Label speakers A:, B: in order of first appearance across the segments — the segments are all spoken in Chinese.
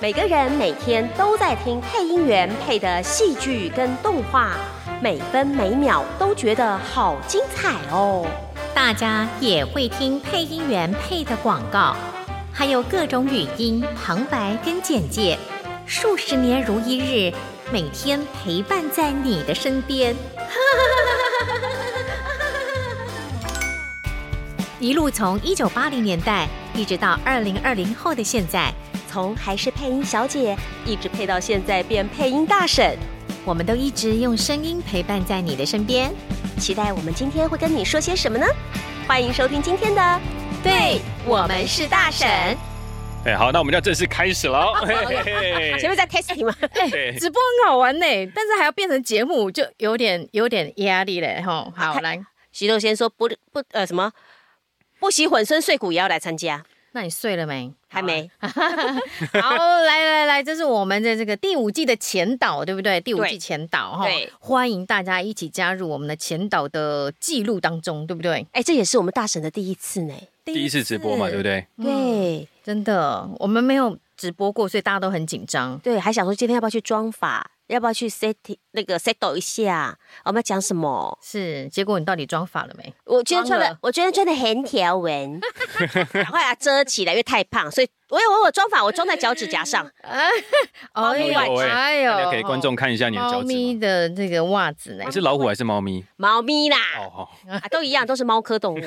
A: 每个人每天都在听配音员配的戏剧跟动画，每分每秒都觉得好精彩哦。
B: 大家也会听配音员配的广告，还有各种语音、旁白跟简介，数十年如一日，每天陪伴在你的身边。 一路从一九八零年代一直到二零二零后的现在，
A: 从还是配音小姐，一直配到现在变配音大婶，
B: 我们都一直用声音陪伴在你的身边。
A: 期待我们今天会跟你说些什么呢？欢迎收听今天的，
B: 对我们是大婶。
C: 哎，好，那我们就要正式开始喽。
A: 啊
C: 嘿嘿
A: 前
C: 嘿
A: 面在 testing 吗？
C: 对，
D: 直播很好玩呢，但是还要变成节目，就有点有点压力嘞吼。好，来，
A: 徐豆先说不不呃什么，不惜粉身碎骨也要来参加，
D: 那你睡了没？啊
A: 还没。
D: 好，来来来，这是我们的这个第五季的前导，对不对？第五
A: 对
D: 季前导哈
A: 对，
D: 欢迎大家一起加入我们的前导的记录当中，对不对？
A: 哎，这也是我们大婶的第一次呢。
C: 第一次直播嘛，对不对？
A: 对
D: 真的，我们没有直播过，所以大家都很紧张。
A: 对，还想说今天要不要去妆发，要不要去 set 那个 settle 一下？我们要讲什么？
D: 是，结果你到底妆法了没？
A: 我今天穿的
D: 装了，
A: 我今天穿的很条纹，赶快把它遮起来，因为太胖，所以我有我有妆发，我装在脚趾甲上。
D: 哎
A: 咪
C: 有哎大家可以观众
D: 看
C: 看一下你的
D: 猫
C: 脚趾
D: 咪
C: 嘛。
D: 的这个袜子呢
C: 你？是老虎还是猫咪？
A: 猫咪啦，
C: 哦，好，
A: 啊，都一样，都是猫科动物。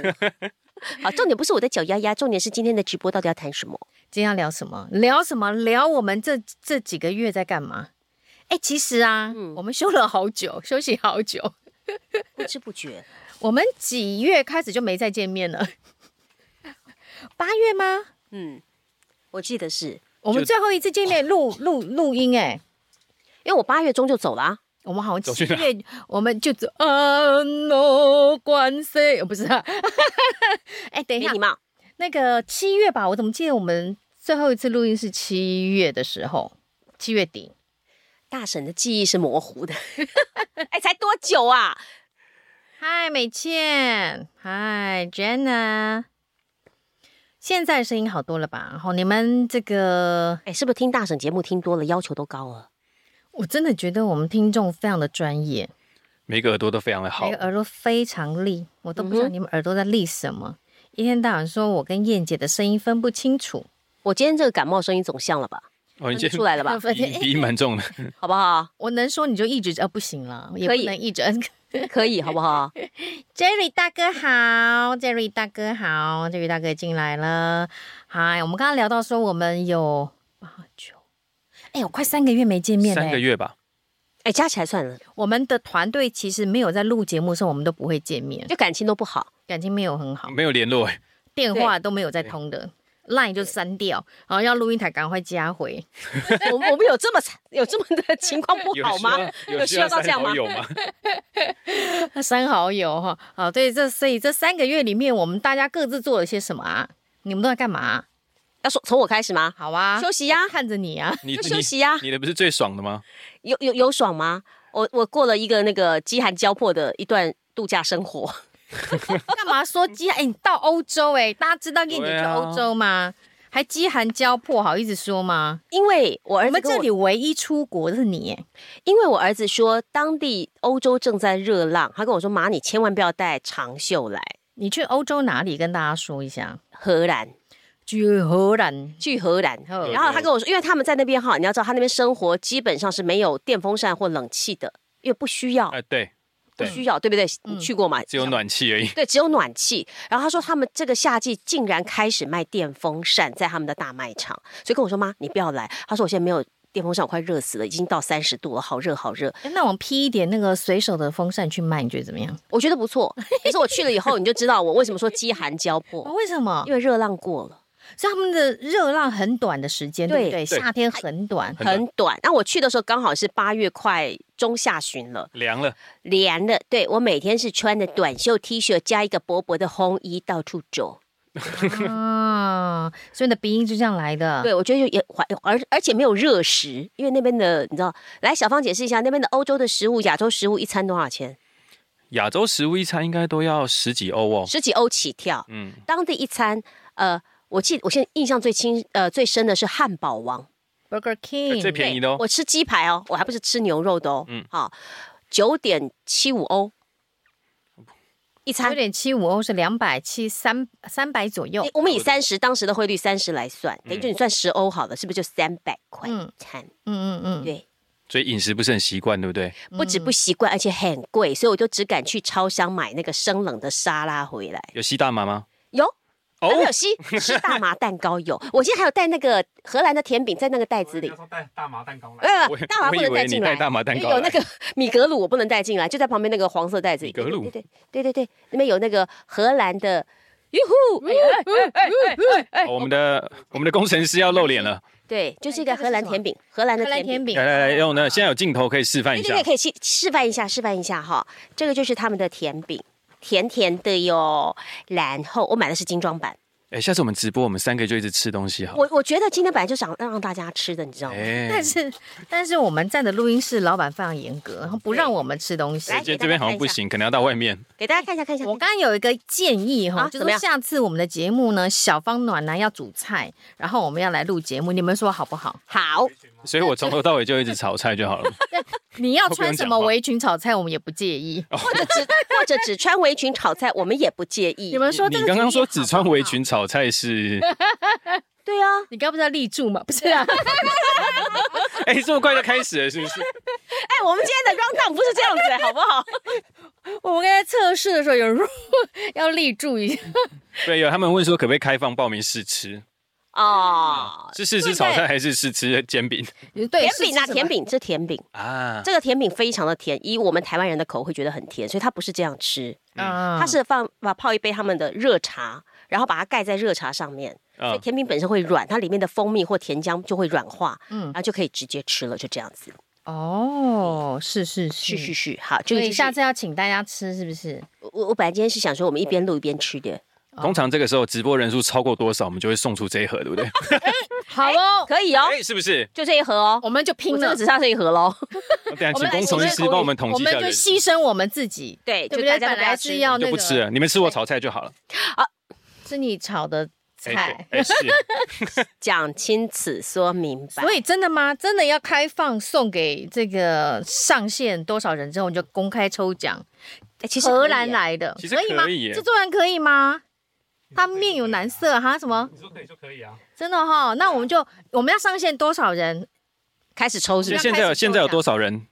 A: 好，重点不是我的脚丫丫，重点是今天的直播到底要谈什么？
D: 今天要聊什么？聊什么？聊我们这这几个月在干嘛？哎，其实啊，
A: 嗯
D: 我们休了好久，休息好久，
A: 不知不觉，
D: 我们几月开始就没再见面了？ 八月吗？
A: 嗯，我记得是
D: 我们
C: 就
D: 最后一次见面录录录音哎、
A: 因为我八月中就走了、啊，
D: 我们好像
C: 走
D: 七
C: 去哪
D: 月，我们就走啊，no 关系，呃不是、啊， 哎，等一
A: 没
D: 下
A: 礼，貌。
D: 那个七月吧，我怎么记得我们最后一次录音是七月的时候，七月底，
A: 大婶的记忆是模糊的， 哎，才多久啊？
D: 嗨，美倩，嗨，Jenna，现在声音好多了吧？然后你们这个，
A: 哎，是不是听大婶节目听多了，要求都高了？
D: 我真的觉得我们听众非常的专业，
C: 每个耳朵都非常的好
D: 每个。耳朵非常利，我都不知
A: 嗯
D: 道
A: 哼
D: 你们耳朵在利什么。一天到晚说我跟燕姐的声音分不清楚，
A: 我今天这个感冒声音总像了吧？
C: 哦，你
A: 分得
C: 今
A: 出来 了吧？嗯
C: 天鼻鼻音蛮 重的，
A: 好不好？
D: 我能说你就一直呃不行了，也
A: 可
D: 不
A: 以
D: 能一直。
A: 可以，好不好？
D: Jerry 大哥好，Jerry 大哥好，Jerry 大哥进来了。嗨，我们刚刚聊到说我们有八九，哎，我快三个月没见面了。欸
C: 三个月吧。
A: 哎，加起来算了，
D: 我们的团队其实没有在录节目的时候，我们都不会见面，
A: 就感情都不 好。
D: 感情没有很好，
C: 没有联络哎，
D: 电话都没有在通的，line 就删掉，然后要录音台赶快加回。
A: 我们我们有这么惨，有这么的情况不
C: 有
A: 好吗？
C: 需要
A: 有
C: 有
A: 需
C: 需
A: 要
C: 要
A: 到这
C: 三
A: 样吗
C: 好友吗？
D: 删好友哈，好，对，这所以这三个月里面，我们大家各自做了些什么啊？你们都在干嘛、
A: 要说从我开始吗？
D: 好啊，
A: 休息呀
D: 我看着你啊，
C: 你
A: 就
C: 你
A: 休息呀
C: 你的不是最爽的吗？
A: 有有有爽吗？我我过了一个那个饥寒交迫的一段度假生活，
D: 干嘛说饥寒？哎、你到欧洲哎、大家知道燕姐
C: 对
D: 去
C: 啊
D: 欧洲吗？还饥寒交迫，好意思说吗？
A: 因为我儿
D: 我
A: 子
D: 们
A: 跟我
D: 这里唯一出国的是你、哎
A: 因为我儿子说当地欧洲正在热浪，他跟我说妈，你千万不要带长袖来。
D: 你去欧洲哪里？跟大家说一下。
A: 荷兰，
D: 去荷兰，
A: 去荷兰。
C: 哦
D: 然后
A: 然后他跟我说，因为他们在那边哈，你要知道他那边生活基本上是没有电风扇或冷气的，因为不需要，
C: 哎，对，
A: 不
C: 对嗯
A: 需要，对不对？你去过吗？
C: 只有暖气而已。
A: 对，只有暖气。然后他说，他们这个夏季竟然开始卖电风扇在他们的大卖场，所以跟我说妈，你不要来。他说我现在没有电风扇，我快热死了，已经到三十度了，好热好热。
D: 哎那我们批一点那个随手的风扇去卖，你觉得怎么样？
A: 我觉得不 错，可是我去了以后，你就知道我为什么说饥寒交迫，
D: 哦为什么？
A: 因为热浪过了。
D: 所以他们的热浪很短的时间，对不对？
C: 对
D: 夏天 很短，
C: 很短
A: 很短，那我去的时候刚好是八月快中下旬了，
C: 凉了，
A: 凉了。对我每天是穿着短袖 T 恤加一个薄薄的烘衣到处走。
D: 啊，所以你的鼻音就这样来
C: 啊
D: 的。
A: 对，我觉得就也怀而而且没有热食，因为那边的你知道，来小芳解释一下，那边的欧洲的食物、亚洲食物一餐多少钱？
C: 亚洲食物一餐应该都要十几欧哦。
A: 十几欧起跳，
C: 嗯，
A: 当地一餐，呃，我记我现在印象最清呃最深的是汉堡王，
D: Burger King，
C: 最便宜的哦，
A: 我吃鸡排哦，我还不是吃牛肉的哦。
C: 嗯
A: 好，九点七五欧
C: 嗯
A: 一
D: 九
A: 餐。
D: 点七五欧是两百七三三百左右
A: 你。我们以三十当时的汇率三十来算，等于就你算十欧好了，是不是就三百块一
D: 嗯
A: 餐？
D: 嗯嗯嗯，
A: 对，
C: 所以饮食不是很习惯，对不对？
A: 不止不习惯，而且很贵，所以我就只敢去超商买那个生冷的沙拉回来。
C: 有吸大麻吗？
A: 有，
C: 哦
A: 还没有吸吃大麻蛋糕有，我现在还有带那个荷兰的甜饼在那个袋子里
E: 要。说带大麻蛋糕来。
A: 呃
C: 我，
A: 大麻不
C: 我以
A: 能带
C: 为你
A: 进来，
C: 带大麻蛋
A: 因为
C: 糕
A: 有
C: 来
A: 那个米格鲁，我不能带进来，就在旁边那个黄色袋子里。
C: 米格鲁
A: 对对对对对，对那边有那个荷兰的，哟呼，哎哎哎哎哎哎哎
C: 哦我们的我们的工程师要露脸了，
A: 对，就是一
D: 哎
A: 个
D: 这个
A: 荷兰
D: 是什么
A: 甜饼，荷兰的
D: 荷兰
A: 甜饼
D: 甜。饼
C: 来，来来，用那现在有镜头可以示范
A: 对
C: 一
A: 对
C: 下
A: 对，，可以示示范一下，示范一下哈，这个就是他们的甜饼，甜甜的哟。然后我买的是精装版，
C: 哎，下次我们直播，我们三个就一直吃东西好了。
A: 我我觉得今天本来就想让大家吃的，你知道吗？
C: 哦哎
D: 但，是但是我们站的录音室老板非常严格，然后不让我们吃东西
A: 来。
C: 这边这边好像不行，可能要到外面。
A: 给大家看一下，看一下。
D: 我刚刚有一个建议哈，
A: 啊怎
D: 就是
A: 么
D: 说
A: 样
D: 下次我们的节目呢，小方暖男要煮菜，然后我们要来录节目，你们说好 不好？
A: 好，
C: 所以我从头到尾就一直炒菜就好了。
D: 你要
C: 都不用
D: 穿什
C: 讲
D: 么
C: 话
D: 围裙炒菜，我们也不介意。
C: 哦
A: 或者只或者只穿围裙炒菜，我们也不介意
D: 你。们说这
C: 你
D: 个
C: 刚
D: 主
C: 刚
D: 意
C: 说
D: 好
C: 只
D: 不
C: 穿围
D: 好，
C: 裙炒菜是？
A: 对啊，
D: 你刚不是要立柱吗？不是啊，
C: 哎，这么快就开始了，是不是？
A: 哎，我们今天的 round down 不是这样子，好不 好？
D: 我们刚才测试的时候有人说 要立柱 一下，
C: 对，有他们问说可不可以开放报名试吃，
A: 哦，
C: 是试吃炒菜还是试吃煎饼
D: 你对
A: 甜
D: 哎是
A: 饼啊，
D: 是
A: 甜饼，这甜饼，
C: 啊？
A: 这个甜饼非常的甜，以我们台湾人的口会觉得很甜，所以它不是这样吃，
C: 嗯
D: 啊，
A: 嗯它是放把泡一杯他们的热茶，然后把它盖在热茶上面，所以
C: 嗯，
A: 甜饼本身会软，它里面的蜂蜜或甜浆就会软化，
D: 嗯
A: 嗯，然后就可以直接吃了，就这样子。
D: 哦，是是是
A: 是是是，好，这
D: 所
A: 个
D: 以
A: 就是
D: 嗯下次要请大家吃，是不是？
A: 我我本来今天是想说我们一边录一边吃的，
C: 通常这个时候直播人数超过多少，我们就会送出这一盒，对不对？
D: 好哦，
A: 可以哦，
C: 哎，是不是？
A: 就这一盒哦，
D: 我们就拼
A: 我这
D: 了
A: 个，只差这一盒喽。
C: 那等一下请
D: 来
C: 工程师帮我们统计一
D: 我们
C: 下
D: 就
C: 人数，
D: 牺牲我们自己，
A: 对，
D: 对
A: 就
D: 不
A: 大
D: 对？
A: 家都
D: 本
A: 不要
D: 来
A: 吃
D: 是。要
C: 你
D: 那
C: 就
D: 个
C: 不吃了，你们吃我炒菜就好了。
D: 是你炒的菜
C: 哎，，对哎是，
A: 讲清此说明白。
D: 所以真的吗？真的要开放送给这个上线多少人之后，你就公开抽奖，
A: 哎其实可以
D: 荷兰
A: 耶
D: 来的，
C: 其实
D: 吗？
C: 可以耶
D: 制作人可以吗？他面有难色哈，什么
E: 你说可以就可以啊，
D: 真的哈？那我们就我们要上线多少人？
A: 开始抽
C: 所
A: 是
C: 以
A: 不是
C: 现在有现在有多少人？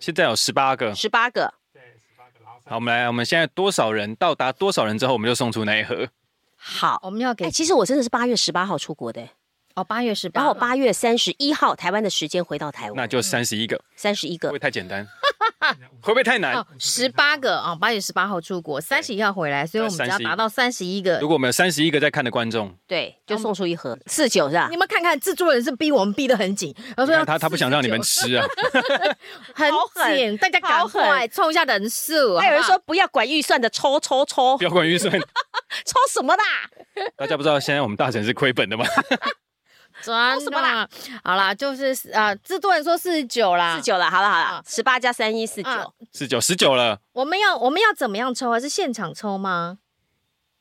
C: 现在有十八个。
A: 十八个，
E: 对，十八个，然后
C: 好，我
E: 三
C: 们来，我们现在多少人到达多少人之后，我们就送出那一盒。
A: 好。
D: 我们要
A: 哎、
D: 给
A: 其实我真的是八月十八号出国的，
D: 哦，八月十八，
A: 然后我八月三十一号台湾的时间回到台
C: 那
A: 湾，
C: 就三十一个，
A: 三十一
C: 会不
A: 个
C: 会。太简 单？会不会太难
D: 哦？十八个啊，八、月十八号出国，三十一号回来，所以我们只要
C: 31
D: 达到三十一个
C: 如。果我们有三十一个在看的观众，
A: 对，就送出一盒四九是吧
D: 你？们看看，制作人是逼我们逼得很紧，然后说要
C: 他他不想让你们
D: 49
C: 吃啊，
D: 很
A: 好狠
D: 紧，大家赶
A: 好狠
D: 快凑一下人数。
A: 还有人
D: 好不好
A: 说不要管预算的抽抽抽
C: 不要管预算。
A: 抽什么啦？
C: 大家不知道现在我们大城是亏 本的吗？
D: 真
A: 什
D: 的
A: 么啦
D: 啦，好啦，就是啊，制作人说四十九啦，
A: 四九了，好了好
D: 啊
A: 了，十八加三一四
D: 啊
A: 九。
C: 十九十九了，
D: 我们要我们要怎么样抽啊？是现场抽吗？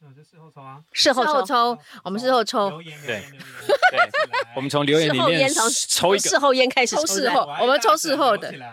E: 那就事后抽啊，
A: 事后
D: 事后
A: 抽，
D: 抽，我们事后抽
E: 留，言，
C: 对
E: 留言，留言
C: 对
E: 留言来
C: 我们从留言
A: 事
C: 里
A: 后
C: 面
A: 烟从
C: 抽一
A: 事
C: 个。
A: 后烟开始
D: 抽
A: 抽
D: 事
A: 事
D: 后
A: 后。
D: 我们抽事后的
E: 我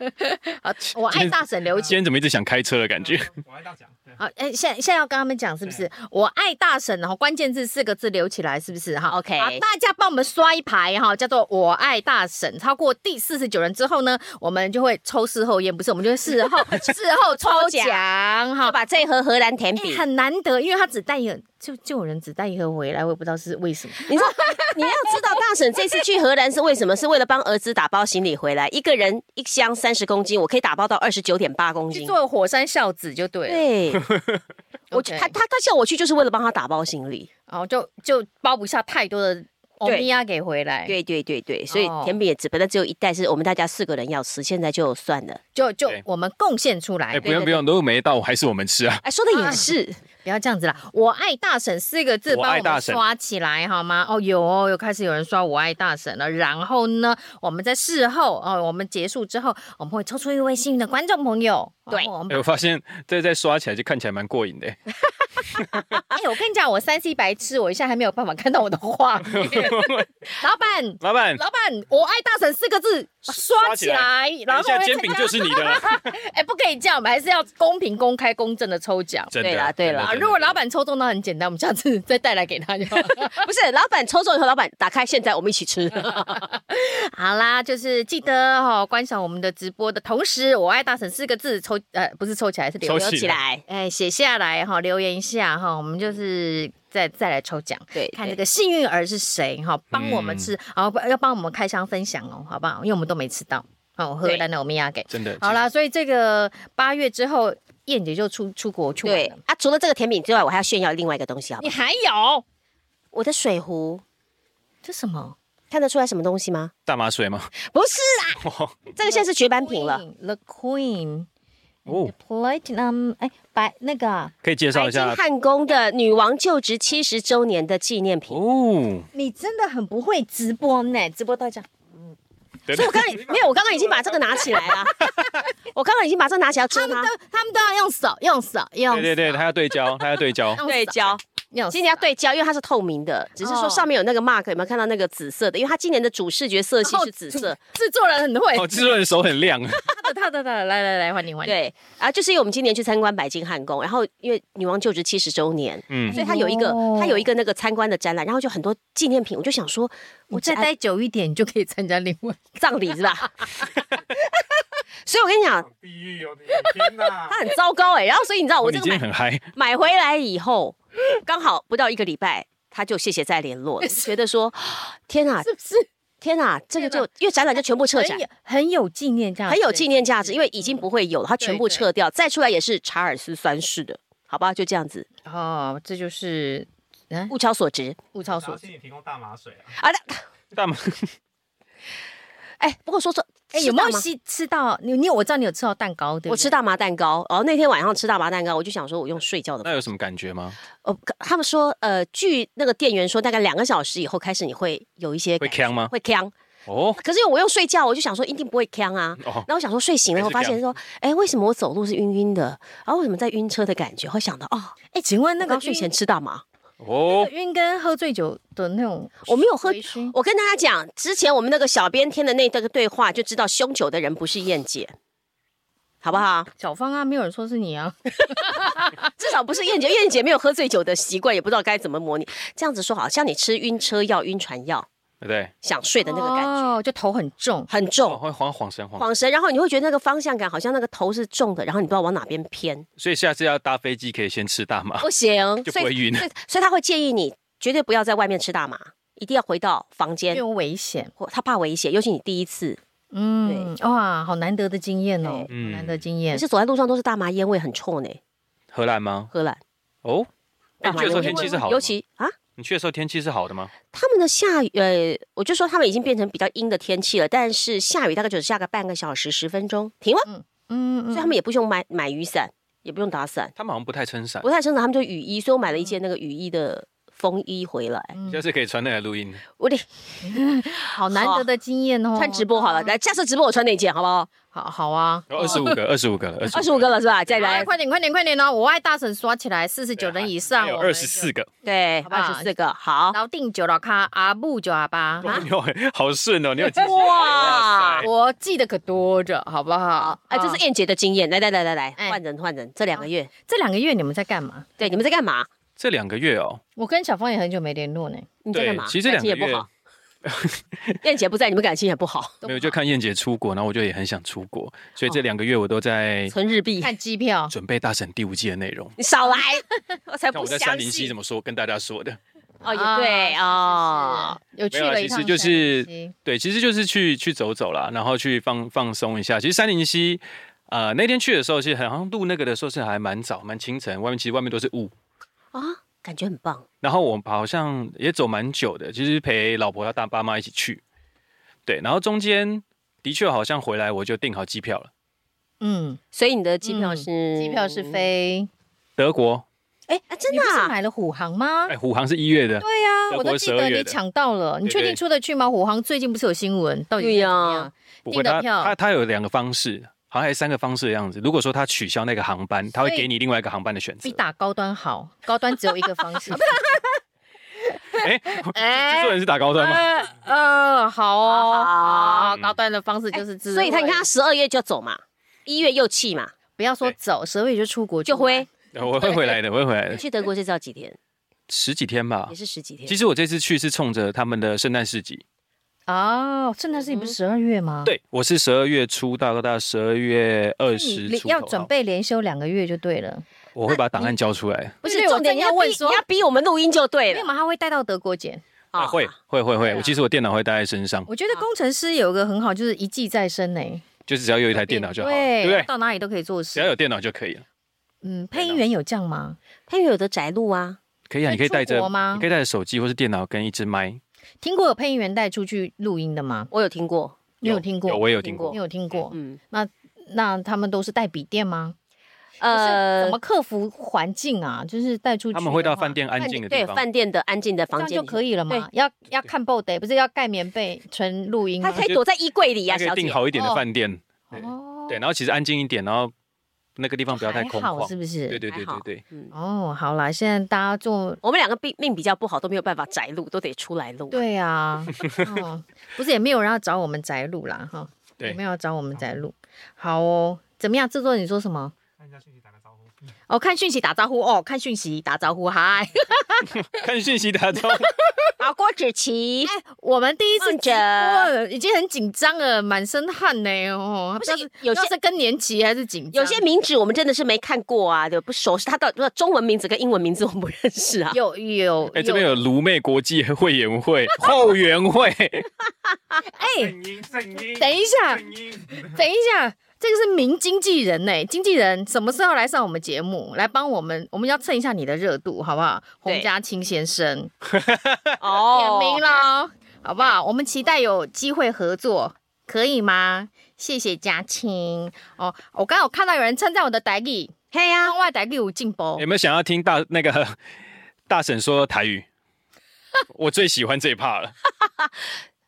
E: 爱大 奖留起来
D: 啊，我爱大婶留情。
C: 今天怎么一直想开车的感
A: 嗯
C: 觉？
E: 我爱大奖，对
D: 好，哎，现在现在要跟他们讲是不是？我爱大婶，然后关键字四个字留起来，是不是？哈
A: OK
D: 好大家帮我们刷一排哈，叫做我爱大婶。超过第四十九人之后呢，我们就会抽事后烟，不是，我们就会事 后事后抽
A: 抽奖
D: 奖哈
A: 就。把这一盒荷兰甜
D: 哎
A: 饼，
D: 很难得，因为他只带一个，就就有人只带一个回来，我也不知道是为什么。
A: 你知道， 你要知道，大婶这次去荷兰是为什么？是为了帮儿子打包行李回来，一个人一箱三十公斤，我可以打包到二十九点八公
D: 去
A: 斤。
D: 做火山孝子就对了。
A: 对， 我
D: OK
A: 他他他叫我去就是为了帮他打包行李。
D: 然后就就包不下太多的欧米亚给回来，，
A: 对对对对，所以
D: 哦
A: 甜饼也只本来只有一袋，是我们大家四个人要吃，现在就算了。
D: 就就
C: 对
D: 我们贡献出来
C: 哎，。不用
A: 对对
C: 不用，如果没到，还是我们吃啊。
A: 哎，说的也是，
D: 不要这样子啦！我爱大婶四个字，
C: 我
D: 帮
C: 爱
D: 我
C: 大
D: 们
C: 婶
D: 刷起来好吗？哦，有哦，有开始有人刷我爱大婶了。然后呢，我们在事后哦，我们结束之后，我们会抽出一位幸运的观众朋友。
A: 对
D: 哦我 们
C: 哎，我发现这在刷起来就看起来蛮过瘾的。
D: 哎、我跟你讲，我三 C 白痴，我一下还没有办法看到我的画面。 老板，
C: 老板，
D: 老板，我爱大神四个字，刷
C: 刷
D: 起
C: 起
D: 来，然后
C: 等一下
D: 我会
C: 煎饼就是你的了，
D: 哎、不可以这样，我们还是要公平、公开、公正的抽奖。
C: 真的
A: 对啦对啦
D: 啊，
C: 真的
D: 如果老板抽中，那很简单，我们下次再带来给他就好。
A: 不是，老板抽中以后，老板打开，现在我们一起吃。
D: 好啦，就是记得哦，观赏我们的直播的同时，我爱大神四个字抽，呃，不是抽起来，是留
C: 抽
A: 有
D: 言。
C: 起
A: 起来，
D: 哎，写下来哈、留言一下哈、我们就是再再来抽奖。
A: 对，
D: 看
A: 对
D: 这个幸运儿是谁哈，帮我们
C: 嗯
D: 吃，哦，不要帮我们开箱分享哦，好不好？因为我们都没吃到，哦好，荷兰的欧米亚给。
C: 真的
D: 好，啦，所以这个八月之后，燕姐就出出国去玩
A: 对
D: 了。
A: 啊，除了这个甜品之外，我还要炫耀另外一个东西，好不
D: 你
A: 好？
D: 还有
A: 我的水壶
D: 这什么？
A: 看得出来什么东西吗？
C: 大麻水吗？
A: 不是啦，
C: 哦
A: 这个现在是绝版品了。
D: ，The Queen
C: 哦，
D: Platinum，哎，白那个啊
C: 可以介绍
A: 白
C: 一
A: 金
C: 下
A: 汉宫的女王就职七十周年的纪念品。
C: 哦。
D: 你真的很不会直播呢，直播到这样，
C: 对
A: 所以我 刚刚没有，我刚刚已经把这个拿起来了，我刚刚已经把这个拿起来要遮它。
D: 他们都要用手，用手，用
C: 对对对，他要对焦，他要对 焦。哦
D: 用
A: 对焦，
D: 用手
A: 今年要对焦，因为它是透明的，只是
D: 哦
A: 说上面有那个 mark，有没有看到那个紫色的？因为它今年的主视觉色系
D: 哦
A: 是紫色，
D: 制作人很会，
C: 哦，制作人手很亮，
D: 他的他的他的，来来来，换你换你。
A: 对啊，就是因为我们今年去参观白金汉宫，然后因为女王就职七十周年，
C: 嗯，
A: 所以它有一个
D: 哦
A: 它有一个那个参观的展览，然后就很多纪念品，我就想说，
D: 我
A: 我
D: 再
A: 这
D: 待久一点，你就可以参加另外。
A: 葬礼是吧？所以我跟你讲，
E: 地狱哦，你天哪！
A: 它很糟糕哎、然后所以你知道我
C: 哦你
A: 这个
C: 今
A: 买
C: 天很嗨，
A: 买回来以后，刚好不到一个礼拜，他就谢谢再联络了，就觉得说，天啊，
D: 是不是
A: 天啊，这个就因为展览就全部撤展
D: 很有，很有纪念价值？
A: 很有纪念价值，因为已经不会有了，它全部
D: 对对
A: 撤掉，再出来也是查尔斯三世的，好吧，就这样子，
D: 哦，这就是
A: 物超所值
D: 物超
E: 然后
D: 所值。
E: 请你提供大麻水啊，
A: 啊。那
C: 大麻
A: 哎，不过说说，
D: 哎，
A: 吃
D: 有没有
A: 大麻
D: 吃吃到你你我知道你有吃到蛋糕，对不对？
A: 我吃大麻蛋糕，哦，那天晚上吃大麻蛋糕，我就想说，我用睡觉的
C: 那有什么感觉吗？
A: 哦，他们说，呃，据那个店员说，大概两个小时以后开始你会有一些
C: 会
A: 感
C: 呛吗？
A: 会呛，
C: 哦
A: 可是我用睡觉，我就想说一定不会呛啊。
C: 哦，
A: 然后我想说睡醒了，
C: 还
A: 我
C: 是
A: 发现
C: 这
A: 说，哎，为什么我走路是晕晕的？然后为什么在晕车的感觉？会想到哦，
D: 哎，请问那
A: 那
D: 个
A: 个睡
D: 晕
A: 前吃大麻。
D: 那
C: 哦
D: 个，晕跟喝醉酒的那种，
A: 我没有喝
D: 微醺
A: 我跟大家讲，之前我们那个小编天的那个对话，就知道凶酒的人不是燕姐，好不好？
D: 小芳啊，没有人说是你啊。
A: 至少不是燕姐， 燕姐没有喝醉酒的习惯，也不知道该怎么模拟。这样子说好，像你吃晕车药、晕船药，
C: 对不对，
A: 想睡的那个感觉、
D: 哦，就头很重。
A: 很
C: 哦，
A: 重。
C: 会晃晃神晃，
A: 晃神，然后你会觉得那个方向感好像那个头是重的，然后你不知道往哪边偏，
C: 所以下次要搭飞机可以先吃大麻，
A: 不行，
C: 啊 就
A: 所
C: 不
A: 以
C: 会 晕。
A: 所以所以他会建议你绝对不要在外面吃大麻，一定要回到房
D: 因为
A: 间，
D: 危险，
A: 或他怕危险，尤其你第一次，
D: 嗯，哇，好难得的经验哦，好
C: 嗯
D: 难得经
A: 可
D: 验。
A: 是走在路上都是大麻烟味很臭呢。
C: 荷兰吗？
A: 荷兰
C: 哦，
A: 大
C: 你
A: 麻
C: 去
A: 烟味
C: 的时候
A: 很
C: 天
A: 臭，
C: 气是好的吗，
A: 尤其啊，
C: 你去的时候天气是好的吗？
A: 他们的下雨，呃，我就说他们已经变成比较阴的天气了，但是下雨大概只下个半个小时、十分钟停了，
D: 嗯
A: 所以他们也不用买买雨伞，也不用打伞，
C: 他们好像不太撑伞
A: 不，太撑伞，他们就雨衣，所以我买了一件那个雨衣的风衣回来，
D: 嗯
C: 下次可以穿那来录音。
A: 我得
D: 好难得的经验哦。
A: 穿直播好了，来下次直播我穿那件好不好？
D: 好好啊，
A: 哦
C: 二十五个，二十五个了，
A: 二十五个了是吧？再
D: 来，
A: 来，
D: 快点，快点，快点哦！我爱大婶刷起来，四十九人以上，
C: 啊还有
A: 哦
D: 我们
C: 二十四个，
A: 对，
D: 不好
A: 二十四个，好，
D: 老定九老咖，阿布九阿八，
A: 啊
C: 哇， 你好好 顺哦，你有记性
A: 哇
C: 哇塞
D: 我记得可多着，好不好？
A: 哎，这是
D: 啊
A: 燕姐的经验，来来来来来，
D: 哎
A: 换人换人，这两个月，
D: 这两个月你们在干嘛？
A: 对，你们在干嘛？
C: 这两个月哦，
D: 我跟小芳也很久没联络呢，
A: 你在干嘛？
C: 对其实这
A: 感情也
C: 两个
A: 不
C: 月
A: 好。燕姐不在，你们感情也不好，
D: 都不
C: 没有
D: 好哦
C: 就看燕姐出国，然后我就也很想出国，所以这两个月我都在
A: 存日币，
D: 看机票。
C: 准备大神第五季的内容。
A: 哎你少 来，我
D: 呃
A: 才
C: 看
A: 不
C: 我在三
A: 相
C: 零七
A: 信
C: 怎。么说，跟大家说的。
A: 哦，
D: 啊
A: 也对哦，
D: 是，是是有去
C: 没有啊
D: 了一趟
C: 其实就是
D: 山西
C: 对，其实就是去去走走啦，然后去放放松一下。
D: 嗯
C: 其实三林溪，呃，那天去的时候，其实好像录那个的时候是还蛮早，蛮清晨，外面其实外面都是雾。
A: 啊，感觉很棒。
C: 然后我好像也走蛮久的，其实陪老婆要大爸妈一起去。对，然后中间的确好像回来我就订好机票了，
D: 嗯，
A: 所以你的机票是
D: 机票是飞，
C: 德国，
A: 哎，啊真
D: 你
A: 的
D: 不是
A: 啊，
D: 买了虎航吗？
C: 哎，虎航是一月的，
D: 对呀、
C: 德
D: 啊我
C: 国
D: 都记
C: 12
D: 得
C: 月
D: 你
C: 的
D: 抢到了，你
C: 对
D: 确
C: 对
D: 定出得去吗？虎航最近不是有新闻，到底
A: 对呀
D: 怎么样
C: 不会
D: 订的
C: 他
D: 票
C: 他他有两个方式，好像还有三个方式的样子。如果说他取消那个航班，他会给你另外一个航班的选择
D: 比。打高端好，高端只有一个 方式。
C: 哎，制作人是打高 端吗？
D: 呃呃，好哦，
A: 啊好哎
D: 好高端的方式就是自，
A: 所以他你看他十二月就走嘛，一月又气嘛，
D: 不要说走，十二月就出国
A: 就
D: 挥。
A: 挥。
C: 我会回来的，我会回来
A: 你
C: 的，
A: 去德国这次要几天？
C: 十几天吧
A: 也。是十几天
C: 其。实我这次去是冲着他们的圣诞市集，
D: 哦，圣诞是你不是
A: 嗯
D: 十二月吗？，
C: 对我是十二月初到到十二月二十
D: 你
C: 出
D: 要
C: 头
D: 准，备连休两个月就对了，
C: 我会把档案交出 来。
A: 不
D: 对
A: 是
D: 我
A: 重点，
D: 正
A: 你
D: 要
A: 要
D: 问
A: 逼
D: 说
A: 你要逼我们录音就对
D: 因为
A: 了。
D: 嘛，他会带到德国剪。
A: 啊
C: 啊，会会会会，我其实我电脑会带在身上，
D: 我觉得工程师有一个很好，就是一技在身呢、
C: 就是只要有一台电脑就好，了，对
D: 对，
C: 不对？啊
D: 到哪里都可以做
C: 只要
D: 事。
C: 有电脑就可以了。
D: 嗯，配音员有这样吗？
A: 配乐有的宅录啊，
C: 可以啊，
D: 可以
C: 你可以带着，
D: 出国吗
C: 你可以带着手机或是电脑跟一支麦。
D: 听过有配音员带出去录音的吗？
A: 我有听过。
D: 你有听过？
C: 有我也有听
A: 过
D: 你有听过？
A: 嗯，
D: 那他们都是带笔电吗？呃，
A: 呃
D: 怎么，克服环境啊？就是带出去的话，
C: 他们会到饭店安
A: 饭
C: 静的地
A: 对
C: 方，
A: 饭店的安静的
D: 这
A: 房
D: 样
A: 间
D: 就可
A: 以。
D: 以了嘛？要要看 b o d 不是要盖棉被纯录音
A: 他
D: 吗？
A: 可以躲在衣柜里呀，啊
C: 还可
A: 小
C: 以
A: 姐
C: 订。好一点的
D: 哦
C: 饭店。
D: 哦
C: 对，然后其实安静一点，然后那个地方不要太空
D: 还好
C: 旷，
D: 是不是？
C: 对对对
A: 还好
C: 对对，
A: 嗯，
D: 哦，好啦，现在大家做
A: 我们两个命命比较不好，都没有办法宅录，都得出来录。
D: 对 啊，哦，不是也没有人要找我们宅录啦，哈，
C: 对
D: 也没有要找我们宅录。好哦，怎么样？制作人你说什么？
E: 看一下讯息，打个招呼。
D: 哦，看讯息打招呼哦，看讯息打招呼，嗨！
C: 看讯息打招 呼。
A: 好，郭子琪，
D: 我们第一次
A: 梦
D: 直
A: 者
D: 播已经很紧张了，满身汗呢哦。
A: 不是
D: 不知道
A: 有
D: 不知道
A: 些
D: 是更年期还是紧张？
A: 有些名字我们真的是没看过啊，对，不熟是他到底中文名字跟英文名字我们不认识啊。
D: 有有
C: 哎，这边有卢妹国际会员会后援 会，
D: 哎，
E: 声音，声音，
D: 等一下，
E: 声音。
D: 等一下，这个是名经纪人呢、经纪人什么时候来上我们节目，来帮我们？我们要蹭一下你的热度，好不好？
A: 对
D: 洪家清先生点
A: 哦
D: 名了，好不好？我们期待有机会合作，可以吗？谢谢家清哦，我刚刚有看到有人称赞我的台语，
A: 嘿呀
D: 看，我的台语有进步
C: 有，没有想要听大那个大婶说台语？我最喜欢这一 part 了，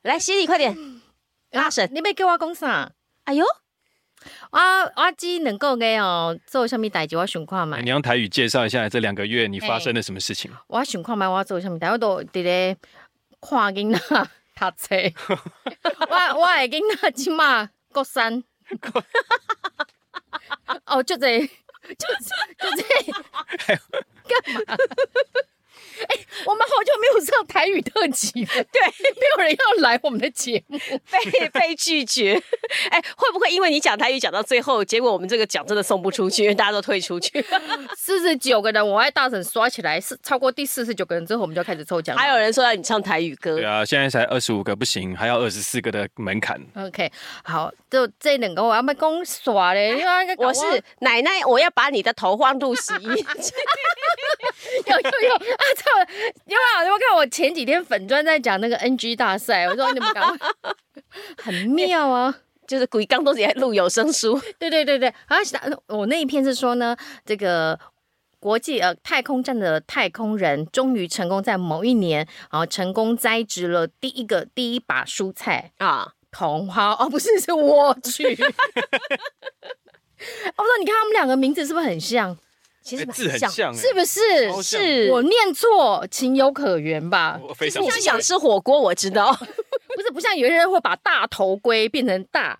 A: 来，犀利快点，大婶
D: 啊你要叫我讲啥？
A: 哎呦，
D: 啊，我只能够个哦，做什么代志我想看嘛
C: 你。用台语介绍一下这两个月你发
D: 哎
C: 生了什么事情？
D: 我想看卖我做啥物代，我都伫咧看囡仔 读册。我我诶囡仔即马国三，哦，就这，就这，就这，干嘛？ 哎、我们好久没有上台语特辑了，对，没有人要来我们的节目。
A: 被被拒绝，哎，会不会因为你讲台语讲到最后，结果我们这个奖真的送不出去，因为大家都退出 去？
D: 四十九个人，我爱大婶刷起来，是超过第四十九个人之后，我们就要开始抽奖了。
A: 还有人说要你唱台语歌
C: 对，啊，现在才二十五个不行，还要二十四个的门槛。
D: OK，好，就这两个我要不讲耍嘞，因为
A: 我 是奶奶，我要把你的头放入洗衣 机。
D: 有有有啊！操，因为啊，我看我前几天粉砖在讲那个 NG 大赛，我说你们赶快，很妙啊！
A: 就是鬼刚都是在录有声书，
D: 对对对对，而且我那一篇是说呢，这个。国际呃太空站的太空人终于成功在某一年，然后成功栽植了第一个第一把蔬菜，
A: 啊，
D: 同花哦，不是， 是我去。我说，你看他们两个名字是不是很像？
A: 其
C: 哎
A: 实
C: 字很
A: 像。
C: 像，哎
D: 是不是？
C: 超像
A: 是
D: 我念错，情有可原吧？
C: 哎我非常
A: 你是想吃火锅，我知道。
D: 不是，不像有些人会把大头龟变成大，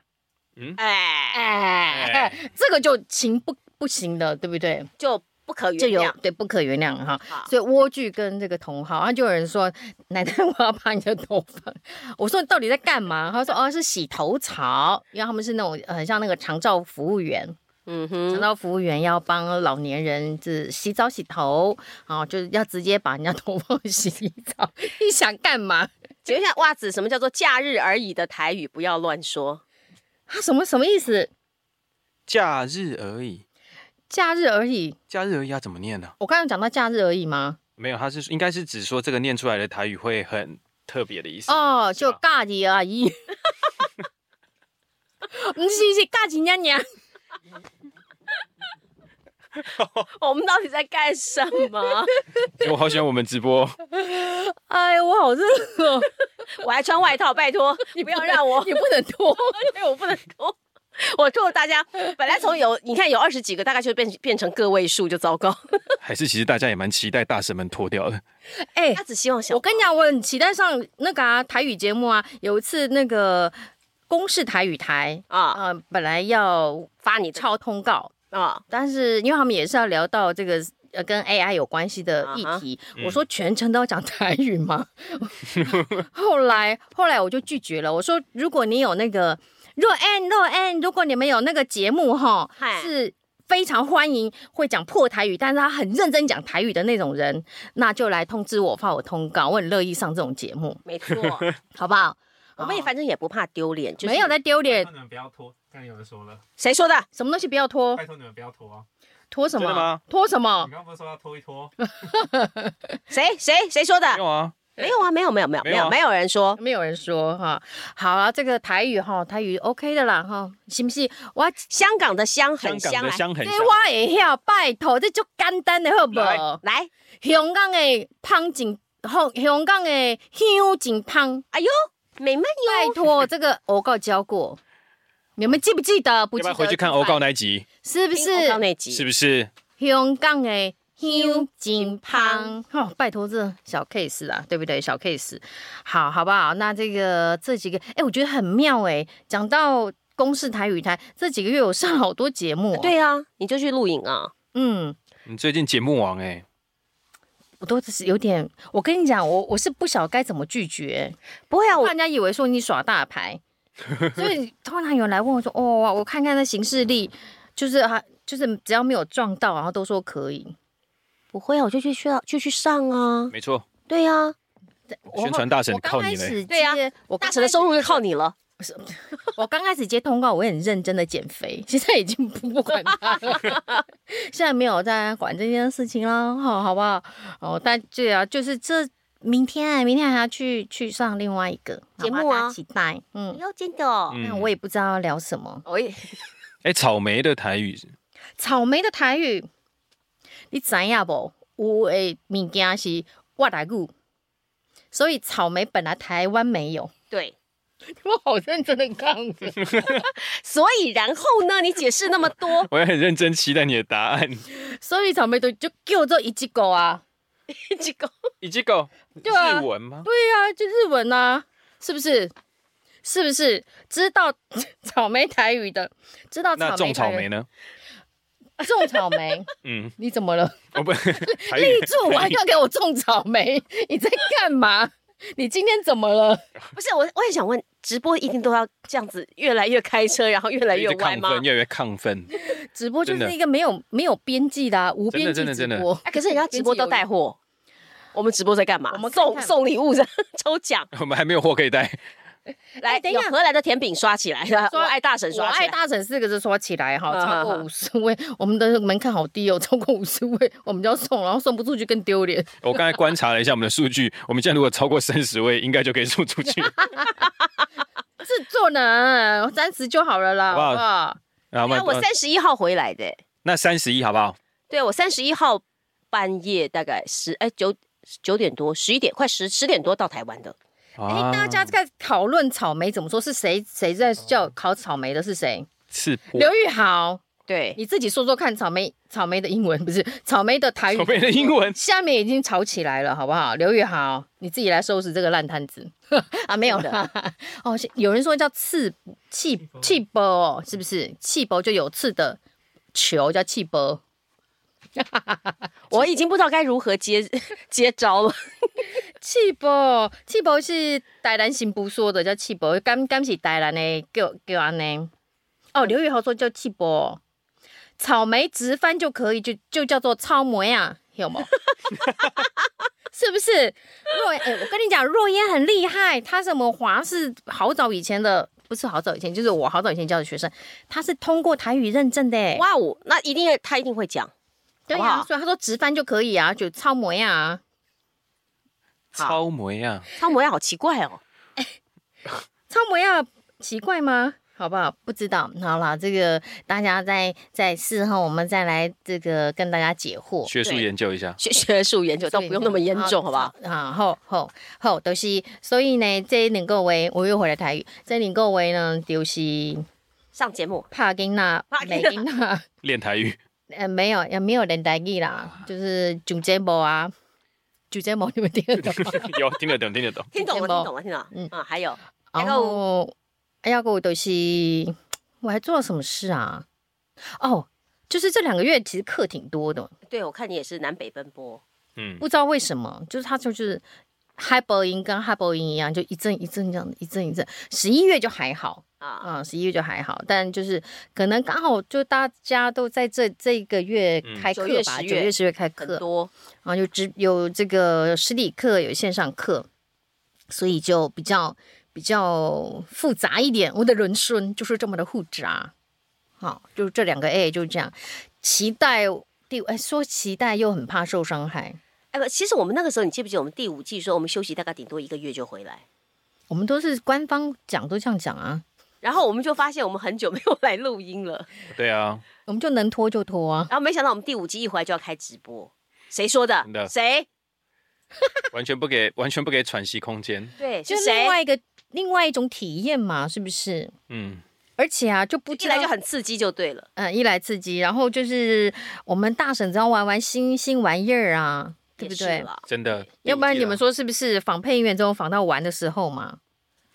A: 哎，
D: 哎，这个就情不不行的，对不对？
A: 就不可
D: 就
A: 原
D: 有
A: 谅。
D: 对不可原谅哈
A: 好。
D: 所以莴苣跟这个茼蒿，然后就有人说：“奶奶，我要把你的头发。”我说：“你到底在干嘛？”他说：“哦，是洗头槽，因为他们是那种呃很像那个长照服务员。”
A: 嗯
D: 肠
A: 哼，
D: 道服务员要帮老年人就是洗澡洗头，啊，就是要直接把人家头放洗衣澡， 你想干嘛？
A: 请问一下，袜子什么叫做假日而已的台语？不要乱说。
D: 啊，什么什么意思？
C: 假日而已，
D: 假日而已，
C: 假日而已要怎么念呢？
D: 我刚刚有讲到假日而已吗？
C: 没有，他是应该是只说这个念出来的台语会很特别的意思。
D: 哦，
C: 是
D: 就
C: 吧
D: 假日而已。 不是是假日娘娘，
A: 我们到底在干什么？
C: 我好喜欢我们直播，
D: 哎，我好热哦！
A: 我还穿外套，拜托，不要让我，
D: 你不能脱，
A: 对我不能脱。我祝大家本来从有你看有二十几个，大概就变变成个位数就糟糕。
C: 还是其实大家也蛮期待大神们脱掉的。
D: 哎、
A: 他只希望小
D: 我跟你讲，我很期待上那个啊台语节目啊。有一次那个公视台语台，
A: 啊
D: 啊，本来要
A: 发你抄
D: 抄通告，
A: 啊，
D: 但是因为他们也是要聊到这个。呃，跟 AI 有关系的议题
C: 嗯
D: 我说全程都要讲台语 吗？后来后来我就拒绝了。我说，如果你有那个若恩若恩，如果你们有那个节目哈
A: 嗨，
D: 是非常欢迎会讲破台语，但是他很认真讲台语的那种人，那就来通知我发我通告，我很乐意上这种节目，
A: 没 错，
D: 好不好？
A: 我们也
D: 哦
A: 反正也不怕丢脸，就是
D: 没有在丢脸
E: 拜，托你们不要拖。刚才有人说了，
A: 谁说的？
D: 什么东西不要拖，
E: 拜托你们不要拖啊！
D: 拖什
C: 哎真的
D: 么
C: 吗？
D: 拖什么
E: 你？刚刚不是说要拖一拖？
A: 谁谁谁说
C: 没
A: 的？
C: 有啊，
A: 没有啊，没有没有没有
C: 没
A: 没
C: 有啊
A: 有没有人说。
D: 没有人说哈，好啊，这个台语哈，台语 OK 的啦哈，是不是？我
A: 香港的香
C: 香
A: 很香
C: 港的
A: 啊，
C: 香很
D: 这
C: 香，
D: 我会晓，拜托，这就简单的好不好？
A: 啊来，
D: 香港的香真香，香港的香真 香，
A: 哎呦，美漫
D: 拜托，这个欧告教过，你们记不记得？不
C: 要
D: 记得
C: 不要回去看欧告那一集？
D: 是不
A: 不
D: 是？
A: 到那集
C: 是不是？
D: 香港的香金胖，哦，拜托这小 case 啊，对不对？小 case，好好不好？那这个这几个，哎，我觉得很妙哎。讲到公视台语台，这几个月我上好多节目、哦，，
A: 对啊，你就去录影啊。
D: 嗯，
C: 你最近节目王哎、
D: 我都是有点，我跟你讲，我我是不晓得该怎么拒绝，
A: 不会啊，
D: 怕
A: 我
D: 人家以为说你耍大 牌，所以通常有人来问我说，哦，我看看那行事历，就是还就是只要没有撞到，然后都说可以。
A: 不会啊，我就去去就去上啊。
C: 没错，
A: 对啊，
D: 我
C: 宣传大神
D: 我刚
C: 靠你
D: 开
C: 嘞。
D: 始
A: 对啊
D: 接，我刚
A: 大成的
D: 开始
A: 收入就靠你了。
D: 我刚开始接通告，我也很认真的减肥， 现在已经不不管它了，现在没有在管这件事情了，好好不好？哦，但对啊，就是这明天，明天还要去去上另外一个
A: 节目啊
D: 好吧大家期待，嗯。
A: 呦，真的 哦
C: 嗯
D: 那我也不知道要聊什么，
A: 我也
C: 哎、草莓的台语，
D: 草莓的台语，你知呀不？有诶物件是外来语，所以草莓本来台湾没有。
A: 对，
D: 我好认真的看着，
A: 所以然后呢？你解释那么多
C: 我也很认真期待你的答案。
D: 所以草莓的就叫做一只狗啊。
A: 这个
C: 以及狗
D: 对啊
C: 日文吗？
D: 对呀、就日文呐、啊，是不是？是不是知道草莓台语的？知啊道草莓
C: 那种草
D: 台
C: 莓
D: 语
C: 呢？
D: 种草莓，
C: 嗯，
D: 你怎么了？
C: 哦不， 台
D: 立
C: 语
D: 住！我还要给我种草莓， 你在干嘛？你今天怎么了？
A: 不是我，我也想问，直播一定都要这样子，越来越开车，然后越来
C: 一
A: 越
C: 直
A: 歪
C: 亢
A: 吗？
C: 奋，越来越亢奋。
D: 直播就
C: 真
D: 是
C: 的
D: 一个没有没有边际的、啊、无边际
C: 真的
D: 直
C: 真的
D: 播。
A: 哎，可是人家直播都带货，我们直播在干嘛？
D: 我们看
A: 送
D: 看
A: 送礼物的抽奖，
C: 我们还没有货可以带，
A: 来，
D: 等一下
A: 有荷兰的甜饼刷起来了，我
D: 刷
A: 爱大神
D: 我
A: 刷起
D: 爱
A: 来。
D: 大神四个字刷起来哈，
A: 嗯
D: 超过
A: 嗯嗯
D: 五十位，我们的门槛好低哦，超过五十位我们就要送，然后送不出去更丢脸。
C: 我刚才观察了一下我们的数据，我们现在如果超过三十位，应该就可以送出去。
D: 制作人三十就好了啦，
C: 好不好
D: 好不好？
C: 然后我
A: 哎
C: 们
A: 我
C: 呃
A: 三十一号回来的、
C: 那三十一好不好？
A: 对我三十一号半夜大概十哎九九点多十一点快十十点多到台湾的，
D: 哎、
C: 啊
D: 大家在讨论草莓怎么说？是谁谁在叫烤草莓的？是谁？
C: 刺破
D: 刘玉豪，
A: 对，
D: 你自己说说看，草莓草莓的英文不是 草莓的台语，
C: 草莓的英文
D: 下面已经吵起来了，好不好？刘玉豪，你自己来收拾这个烂摊子 啊！没有啦， 哦，是有人说叫刺气气波哦，是不是？气波就有刺的球叫气波。
A: 我已经不知道该如何接 接招了。
D: 气波，气波是台南新不说的，叫气波，敢敢是台南的叫叫安尼。哦，刘宇豪说叫气波，草莓直翻就可以，就就叫做草莓啊，有 吗？是不是？若哎、我跟你讲，若烟很厉害，他什么华是好早以前的，不是好早以前，就是我好早以前教的学生，他是通过台语认证的耶。
A: 哇哦，那一定他一定会讲。
D: 对
A: 好不
D: 啊
A: 好，
D: 所以他说直翻就可以啊，就草莓啊。
C: 超模呀，
A: 超模样好奇怪哦，
D: 超模要奇怪吗？好不好？不知道。好啦，这个大家在在事后我们再来这个跟大家解惑。
C: 学术
D: 对
C: 研究一下。
A: 学学术研究倒不用那么严重，好不好？？
D: 啊，好好好，就是所以呢，这两个月我又回来台语，这两个月呢，就是
A: 上节目，
D: 帕金娜
A: 帕、金
D: 美
A: 娜
D: 金娜，
C: 练 台语，
D: 呃，没有，也没有人台语啦，就是主节目啊，主节目你们听得懂吗？
C: 有听得懂，听得懂。
A: 听懂了，听
D: 听不
A: 懂了，听懂了。嗯
D: 嗯
A: 啊，还有
D: 然后，哎呀，我都是，我还做了什么事啊？哦，就是这两个月其实课挺多的，
A: 对我看你也是南北奔波，
C: 嗯，
D: 不知道为什么，就是他就是嗨波音跟嗨波音一样，就一阵一阵这样，一阵一阵。十一月就还好，
A: 啊，
D: 嗯，十一月就还好，但就是可能刚好就大家都在这这一个月
C: 嗯
D: 开
A: 九
D: 课
A: 月
D: 吧，
A: 十
D: 九
A: 月
D: 月十月开
A: 很
D: 课，
A: 多
D: 然后啊有直有这个实体课，有线上课，所以就比较比较复杂一点。我的人生就是这么的复杂，好，就这两个 A 就这样。期待第哎，说期待又很怕受伤害，
A: 哎不，其实我们那个时候，你记不记得我们第五季说我们休息大概顶多一个月就回来，
D: 我们都是官方讲都这样讲啊，
A: 然后我们就发现我们很久没有来录音了，
C: 对啊，
D: 我们就能拖就拖啊。
A: 然后没想到我们第五季一回来就要开直播，谁说的
C: 真？的
A: 谁？
C: 完全不给，完全不给喘息空间。
A: 对，
D: 就是另
A: 谁？
D: 外一个另外一种体验嘛，是不是？
C: 嗯，
D: 而且啊，就不
A: 一
D: 知道
A: 来就很刺激就对了。
D: 嗯，一来刺激，然后就是我们大婶只要玩玩新新玩意儿啊，对不
A: 也是
D: 对？
A: 啦？
C: 真的。
D: 要不然你们
C: 说，
D: 说是不是仿配音员之后仿到玩的时候嘛，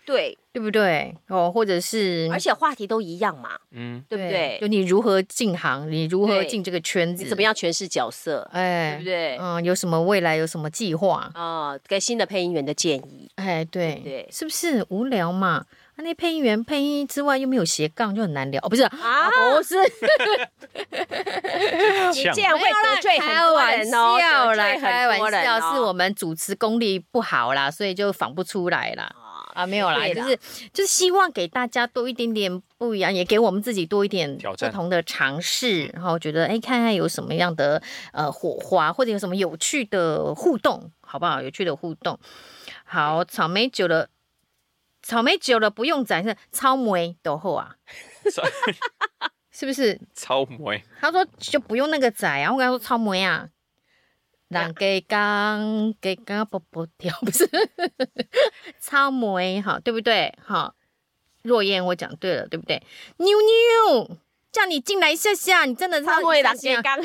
A: 对，
D: 对不对？哦，或者是
A: 而且话题都一样嘛，
C: 嗯，
A: 对不对？
D: 就你如何进行，你如何
A: 对
D: 进这个圈子，
A: 你怎么？样诠释角色，
D: 哎，
A: 对不对？
D: 嗯，有什么未来，有什么计划？
A: 啊，给新的配音员的建议，
D: 哎，对
A: 对
D: 是不是无聊嘛？啊，那配音员配音之外又没有斜杠，就很难聊。哦，不是
A: 啊
D: 不是，
A: 你
C: 呛
A: 这样会得罪很
D: 开
A: 多
D: 玩
A: 人哦，
D: 笑啦，
A: 得罪
D: 开
A: 很多
D: 玩
A: 人
D: 笑，
A: 哦
D: 是我们主持功力不好啦，所以就仿不出来啦。
A: 啊
D: 啊，没有啦，
A: 对
D: 就
A: 啦
D: 是就是希望给大家多一点点不一样，也给我们自己多一点
C: 挑
D: 不
C: 战
D: 同的尝试，然后觉得哎，看看有什么样的呃火花，或者有什么有趣的互动，好不好？有趣的互动。好，草莓久了，草莓久了不用展示，草莓多厚啊？
C: 超
D: 是不是？
C: 超模
D: 他说就不用那个仔啊，我跟他说草莓啊。让给刚给刚啵啵跳，不是 草莓好，对不对？好，若燕我讲对了，对不对？妞妞，叫你进来一下下，你真的
A: 他会
D: 打
A: 打斜杠，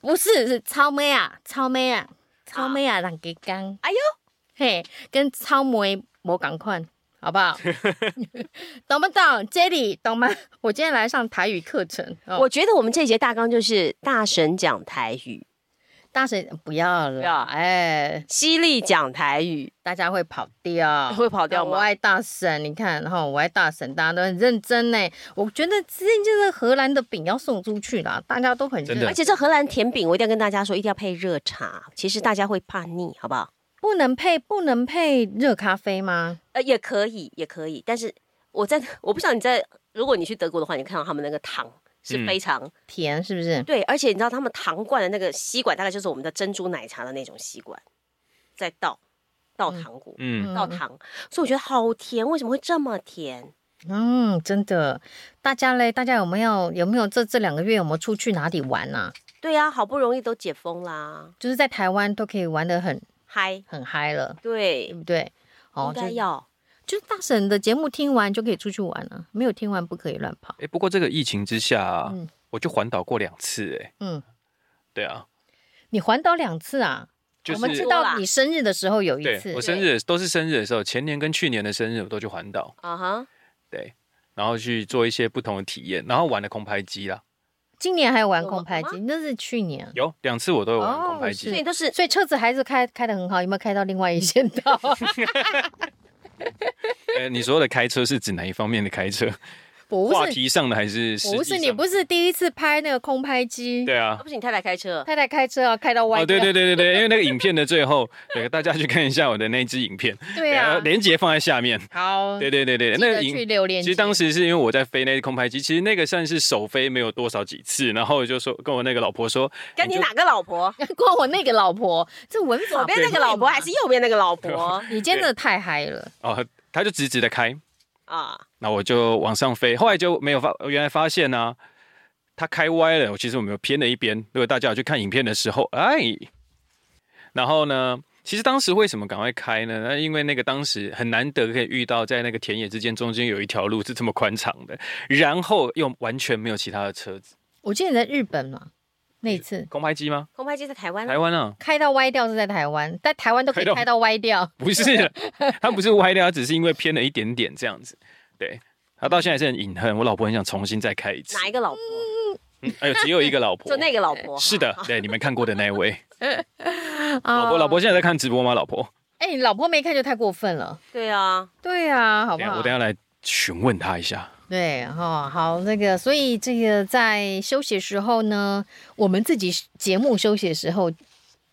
D: 不是是草莓啊，草莓啊，草莓啊，让给刚，
A: 哎呦，
D: 嘿，跟草莓无同款，好不好？懂不懂？这里懂吗？我今天来上台语课程，哦、
A: 我觉得我们这节大纲就是大神讲台语，
D: 大神不要了，
A: 不要
D: 哎，
A: 犀利讲台语，
D: 大家会跑掉，
A: 会跑掉
D: 啊我
A: 吗？
D: 爱大神，你看，然后我爱大神，大家都很认真呢。我觉得这就是荷兰的饼要送出去啦，大家都很认
C: 真的
A: 而且这荷兰甜饼，我一定要跟大家说，一定要配热茶。其实大家会怕腻，好不好？
D: 不能配不能配热咖啡吗？
A: 呃，也可以，也可以。但是我在，我不知道你在，如果你去德国的话，你看到他们那个糖是
C: 嗯
A: 非常、
D: 甜是不是？
A: 对，而且你知道他们糖罐的那个吸管，大概就是我们的珍珠奶茶的那种吸管，在倒倒糖果、
C: 嗯，
A: 倒糖，所以我觉得好甜，为什么会这么甜？
D: 嗯，真的。大家嘞，大家有没有有没有这这两个月有没有出去哪里玩啊？
A: 对呀、好不容易都解封啦，
D: 就是在台湾都可以玩的很
A: 嗨，
D: 很嗨了，对
A: 对，
D: 不对？哦
A: 应
D: 就
A: 该要
D: 就是大婶的节目听完就可以出去玩了、没有听完不可以乱跑。
C: 哎，不过这个疫情之下啊
D: 嗯，
C: 我就环岛过两次，哎，
D: 嗯，
C: 对啊，
D: 你环岛两次啊？
C: 就是
D: 我们知
A: 多啦
D: 道你生日的时候有一
C: 对
D: 次
C: 我，生日都是生日的时候，前年跟去年的生日我都去环岛，
A: 啊哈，
C: 对，然后去做一些不同的体验，然后玩了空拍机啦，
D: 今年还有玩
A: 有
D: 空拍
A: 吗
D: 机，那是去年。
C: 有两次我都有玩
D: 哦
C: 空拍
A: 所
C: 机，
A: 以都是
D: 所以车子还是开开的很好，有没有开到另外一线 道？
C: 呃，你说的开车是指哪一方面的开车？
D: 不
C: 话
D: 是，
C: 题上的还是实际上
D: 不是，你不是第一次拍那个空拍机，
C: 对啊
A: 啊，不是你太太开车，
D: 太太开车啊，开到歪
C: 哦，
D: 掉。
C: 对对对对对，因为那个影片的最后， 对大家去看一下我的那支影片，哎
D: 对啊，
C: 连接放在下面。
D: 好，
C: 对对对对，
D: 记
C: 那
D: 得
C: 个
D: 去
C: 影。
D: 留连
C: 其
D: 接。
C: 实当时是因为我在飞那个空拍机，其实那个算是首飞没有多少几次，然后我就说跟我那个老婆说，
A: 跟你哪个老婆？
D: 光我那个老婆，这文法
A: 左边那
D: 不
A: 个
D: 对
A: 老婆
D: 嘛
A: 还是右边那个老 婆
D: 你今天真的太嗨了，
C: 哦，他就直直的开，
A: 啊？
C: 那我就往上飞，后来就没有发，原来发现呢、它开歪了，我其实我们有偏了一边。如果大家有去看影片的时候，哎，然后呢，其实当时为什么赶快开呢？那因为那个当时很难得可以遇到，在那个田野之间中间有一条路是这么宽敞的，然后又完全没有其他的车子，
D: 我记得你在日本嘛，那一次
C: 空拍机吗？
A: 空拍机在台湾啊
C: 台湾 啊，
D: 开到歪掉是在台湾，在台湾都可以
C: 开到
D: 开到歪掉。
C: 不是，它不是歪掉，它只是因为偏了一点点这样子。对，他到现在还是很隐恨，我老婆很想重新再开一次。
A: 哪一个老婆？
C: 嗯哎呦，只有一个 老婆
A: 就。那个老婆。
C: 是的，对你们看过的那一位
D: 老
C: 老婆，老婆现在在看直播吗？老婆，
D: 哎、你老婆没看就太过分了。
A: 对啊，
D: 对啊，好
C: 等
D: 不
C: 一下
D: 好
C: 我等？一下来询问她一下。
D: 对，哈、好，那个，所以这个在休息时候呢，我们自己节目休息的时候，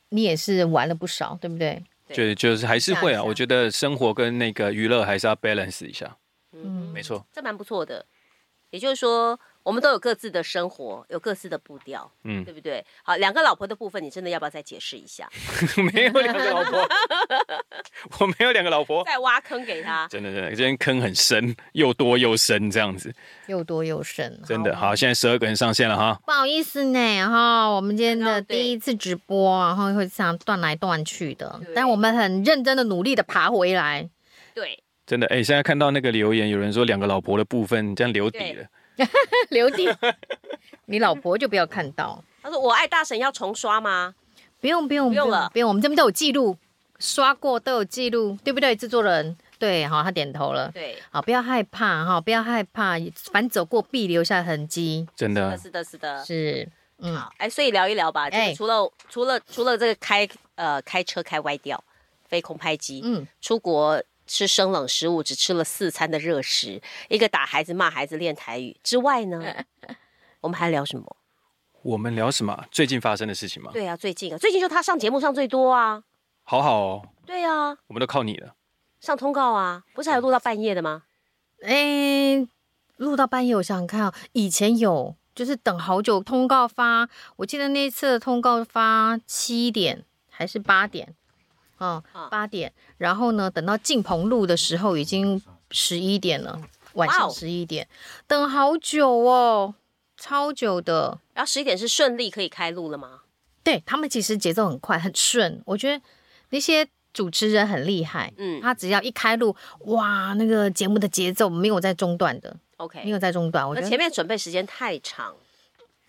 D: 你也是玩了不少，对不对？
C: 就就是还是
D: 下
C: 会
D: 一
C: 啊，
D: 下
C: 我觉得生活跟那个娱乐还是要 balance 一下，
A: 嗯，
C: 没错，
A: 这蛮不错的。也就是说，我们都有各自的生活，有各自的步调，
C: 嗯，
A: 对不对？好，两个老婆的部分，你真的要不要再解释一下？
C: 没有两个老婆， 我没有两个老婆，
A: 再挖坑给 他。
C: 真的真的，这边坑很深，又多又深这样子，
D: 又多又深，
C: 真的
D: 好
C: 好，现在十二个人上线了哈，
D: 不好意思呢，哈，我们今天的
A: 哦对
D: 第一次直播，啊然后会这样断来断去的
A: 对，
D: 但我们很认真的努力的爬回来。
A: 对，
C: 真的，哎、现在看到那个留言，有人说两个老婆的部分这样留底了，
D: 留 地，你老婆就不要看到，
A: 他说：“我爱大神要重刷吗
D: 不用不用
A: 不用了
D: 不用，我们这边都有记录，刷过都有记录，对不对？制作人，对，好，他点头？”了。
A: 对，
D: 好，不要害怕哈，不要害怕，凡走过必留下痕迹。
C: 真的，
A: 是的，是的，是
D: 是，嗯
A: 的。，好，哎，所以聊一聊吧。这
D: 哎
A: 个除了除了除了这个开呃开车开歪掉，飞空拍机，
D: 嗯，
A: 出国吃生冷食物，只吃了四餐的热食，一个打孩子骂孩子练台语之外 呢，我们还聊什么？
C: 我们聊什么啊？最近发生的事情吗？
A: 对啊，最近啊，最近就他上节目上最多啊，
C: 好好哦，
A: 对啊，
C: 我们都靠你了，
A: 上通告啊，不是还有录到半夜的吗？
D: 哎，录到半夜，我想想看、哦，以前有，就是等好久通告发，我记得那一次的通告发七点还是八点，哦
A: 啊，
D: 八点，然后呢，等到进棚录的时候已经十一点了，晚
A: 哇
D: 上
A: 哦
D: 十一点，等好久哦，超久的。
A: 然后十一点是顺利可以开录了吗？
D: 对他们其实节奏很快，很顺。我觉得那些主持人很厉害，
A: 嗯
D: 他只要一开录，哇，那个节目的节奏没有在中断的，没
A: ，OK。
D: 有在中断。我觉
A: 那
D: 得
A: 前面准备时间太长，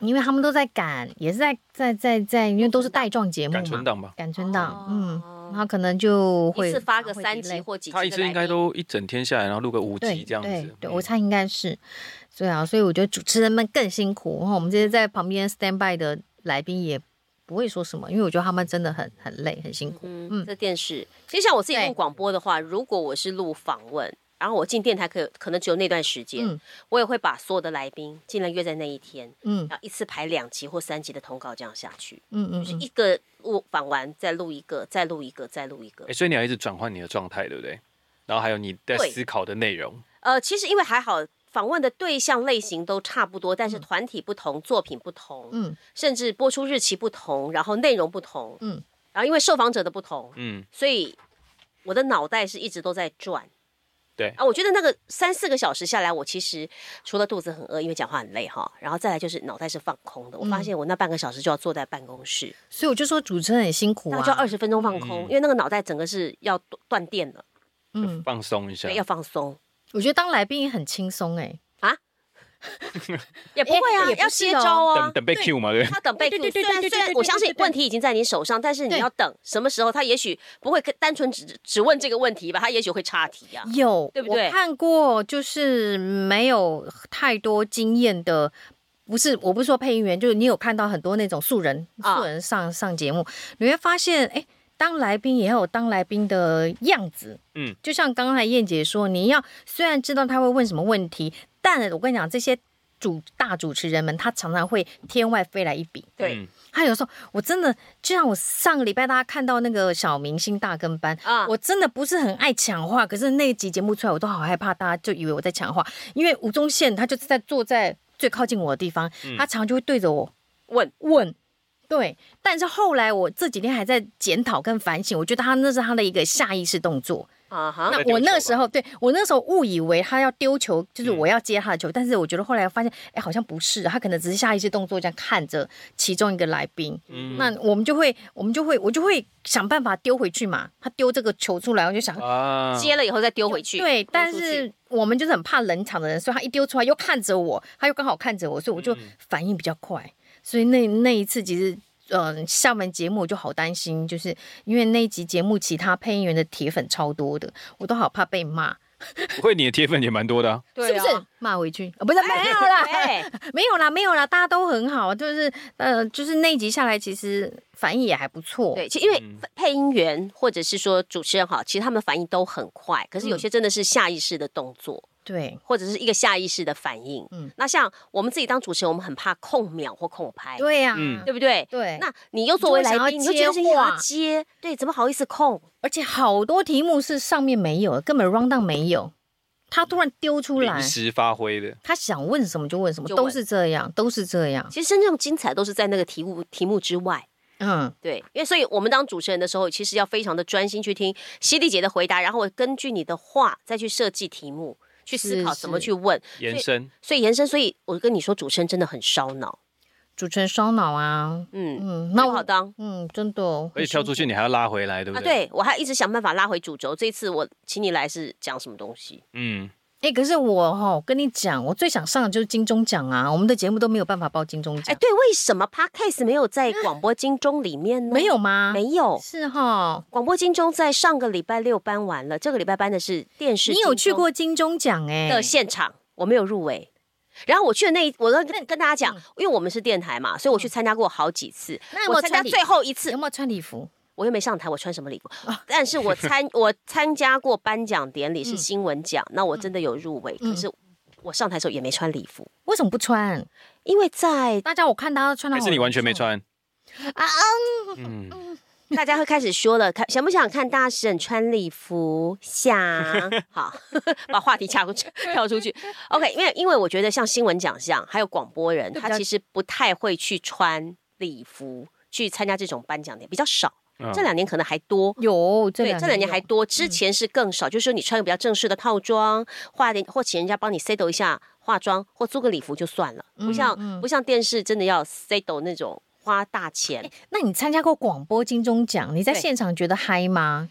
D: 因为他们都在赶，也是在在在在，因为都是带状节目
C: 赶存
D: 嘛，
C: 档吧。
D: 赶存档，嗯，然
A: 嗯，
D: 后可能就会
A: 一次发个
D: 会
A: 三集
D: delay
A: 或几集的
C: 他
A: 来
C: 一
A: 宾，
C: 次应该都一整天下来，然后录个五
D: 对
C: 集这样
D: 对
C: 子。
D: 对，
C: 嗯
D: 我猜应该是，对啊，所以我觉得主持人们更辛苦，然后我们这些在旁边 stand by 的来宾也不会说什么，因为我觉得他们真的很很累，很辛苦。
A: 嗯，
D: 嗯
A: 这电视。其实像我自己
D: 对
A: 录广播的话，如果我是录访问，然后我进电台可可能只有那段时间，
D: 嗯
A: 我也会把所有的来宾尽量约在那一天，
D: 嗯
A: 然后一次排两集或三集的通告这样下去，
D: 嗯嗯
A: 就是
D: 嗯，
A: 一个录访完再录一个，再录一个，再录一个
C: 哎、。所以你要一直转换你的状态，对不对？然后还有你在
A: 对
C: 思考的内容，
A: 呃，其实因为还好。访问的对象类型都差不多，但是团体不同，作品不同，
D: 嗯
A: 甚至播出日期不同，然后内容不同，
D: 嗯
A: 然后因为受访者的不同，
C: 嗯，
A: 所以我的脑袋是一直都在转。
C: 对
A: 啊，我觉得那个三四个小时下来，我其实除了肚子很饿，因为讲话很累哈，然后再来就是脑袋是放空的。我
D: 嗯
A: 发现我那半个小时就要坐在办公室，
D: 所以我就说主持人很辛苦
A: 那就要
D: 啊，
A: 二十分钟放空，
C: 嗯
A: 因为那个脑袋整个是要断断电了，
D: 嗯，
C: 放松一下
A: 对，。要放松。
D: 我觉得当来宾也很轻松哎，
A: 也不会啊，
D: 也也不
A: 要
D: 是
A: 接
D: 哦
A: 招啊
C: 等，等被 Q 嘛，对不对？
A: 他等被 Q。
D: 对对
A: 虽
D: 对
A: 然
D: 对对
A: 虽然
D: 对对
A: 我相信
D: 对对对
A: 问题已经在你手上，但是你
D: 对
A: 要等什么时候，他也许不会跟单纯只只问这个问题吧，他也许会岔题啊。
D: 有
A: 对不对
D: 我看过，就是没有太多经验的。不是，我不是说配音员，就是你有看到很多那种素人，
A: 啊
D: 素人上、上节目，你会发现，哎，当来宾也有当来宾的样子，
C: 嗯，
D: 就像刚才燕姐说，你要虽然知道他会问什么问题，但我跟你讲，这些主大主持人们，他常常会天外飞来一笔，
A: 对
C: 嗯
D: 他有时候我真的，就像我上个礼拜大家看到那个小明星大跟班
A: 啊
D: 我真的不是很爱抢话，可是那一集节目出来，我都好害怕，大家就以为我在抢话，因为吴宗宪他就是在坐在最靠近我的地方，
C: 嗯
D: 他常常就会对着我
A: 问
D: 问。对，但是后来我这几天还在检讨跟反省，我觉得他那是他的一个下意识动作，
A: 啊哈，
C: 再
D: 那
C: 丢
D: 我那
C: 球
D: 个时
C: 吧
D: 候，对我那时候误以为他要丢球，就是
C: 嗯
D: 我要接他的球，但是我觉得后来发现，哎，好像不是，他可能只是下意识动作这样看着其中一个来宾，
C: 嗯
D: 那我们就会，我们就会，我就会想办法丢回去嘛。他丢这个球出来，我就 想，
C: 啊，
A: 接了以后再丢回去。
D: 对，但
A: 出去
D: 是我们就是很怕冷场的人，所以他一丢出来又看着我，他又刚好看着我，所以我就
C: 嗯
D: 反应比较快。所以那那一次其实。嗯，厦门节目我就好担心，就是因为那一集节目其他配音员的铁粉超多的，我都好怕被骂，
C: 不会你的铁粉也蛮多的啊、
A: 对
D: 是不
A: 啊
D: 是？骂回去？啊，不是，没有 啦，
A: 哎，
D: 没有啦，没有啦，大家都很好，就是呃，就是那一集下来，其实反应也还不错。
A: 对，其实因为
C: 嗯
A: 配音员或者是说主持人好，其实他们反应都很快，可是有
D: 嗯
A: 些真的是下意识的动作，
D: 对
A: 或者是一个下意识的反应。嗯
D: 嗯，
A: 那像我们自己当主持人，我们很怕控秒或控拍，
D: 对呀、
C: 嗯
A: 对不对？
D: 对，
A: 那你又作为来宾，你
D: 你
A: 就
D: 就会
A: 觉得是
D: 想要接
A: 要
D: 话
A: 接，对，怎么好意思控？
D: 而且好多题目是上面没有，根本 round down 没有，他突然丢出来
C: 临，时发挥的，
D: 他想问什么就问什么，
A: 就问
D: 都是这样，都是这样。
A: 其实真正精彩都是在那个题目题目之外。
D: 嗯，
A: 对，因为所以我们当主持人的时候，其实要非常的专心去听犀利姐的回答，然后我根据你的话再去设计题目，去思
D: 是
A: 考怎么
D: 是
A: 去问。
C: 延伸
A: 所以延伸，所以我跟你说，主持人真的很烧脑。
D: 主持人烧脑啊，
A: 嗯，
D: 嗯，
A: 那
D: 那
A: 我好
D: 我，
A: 当。
D: 嗯，真的哦，
C: 而且跳出去你还要拉回来，对不
A: 啊，
C: 对？
A: 对我还一直想办法拉回主轴。这一次我请你来是讲什么东西？
C: 嗯，
D: 哎、可是我哈、跟你讲，我最想上的就是金钟奖啊，我们的节目都没有办法报金钟
A: 哎，
D: 奖，
A: 对，为什么 podcast 没有在广播金钟里面呢？
D: 没有，吗？
A: 没有。
D: 是哈，
A: 广播金钟在上个礼拜六颁完了，这个礼拜颁的是电视。
D: 你有去过金钟奖哎？
A: 的现场，我没有入围。然后我去的那一，我跟跟大家讲
D: 嗯，
A: 因为我们是电台嘛，所以我去参加过好几次。
D: 那有没
A: 我
D: 有
A: 参加
D: 穿礼
A: 最后一次
D: 有，没有穿礼服？
A: 我又没上台，我穿什么礼服？但是我 参我参加过颁奖典礼是
D: 哦嗯
A: 新闻奖，那我真的有入围，可
D: 嗯
A: 是我上台的时候也没穿礼服，
D: 为什么不穿？
A: 因为在
D: 大家我看他穿的，
C: 还是你完全没穿？
D: 啊啊！
C: 嗯，
A: 大家会开始说了，看想不想看大婶穿礼服？想，好， 把话题掐过去，跳出去。OK，因为因为我觉得像新闻奖项还有广播人，
D: 就比
A: 他
D: 较
A: 其实不太会去穿礼服去参加这种颁奖典，比较少。
C: 嗯
A: 这两年可能还多，
D: 有这
A: 对，
D: 两
A: 这两年还
D: 有嗯
A: 多，之前是更少，就是说你穿个比较正式的套装，化点或请人家帮你 settle 一下化妆，或租个礼服就算了，不像、
D: 嗯嗯
A: 不像电视真的要 settle 那种花大钱，
D: 那你参加过广播金钟奖，你在
A: 对
D: 现场觉得嗨吗？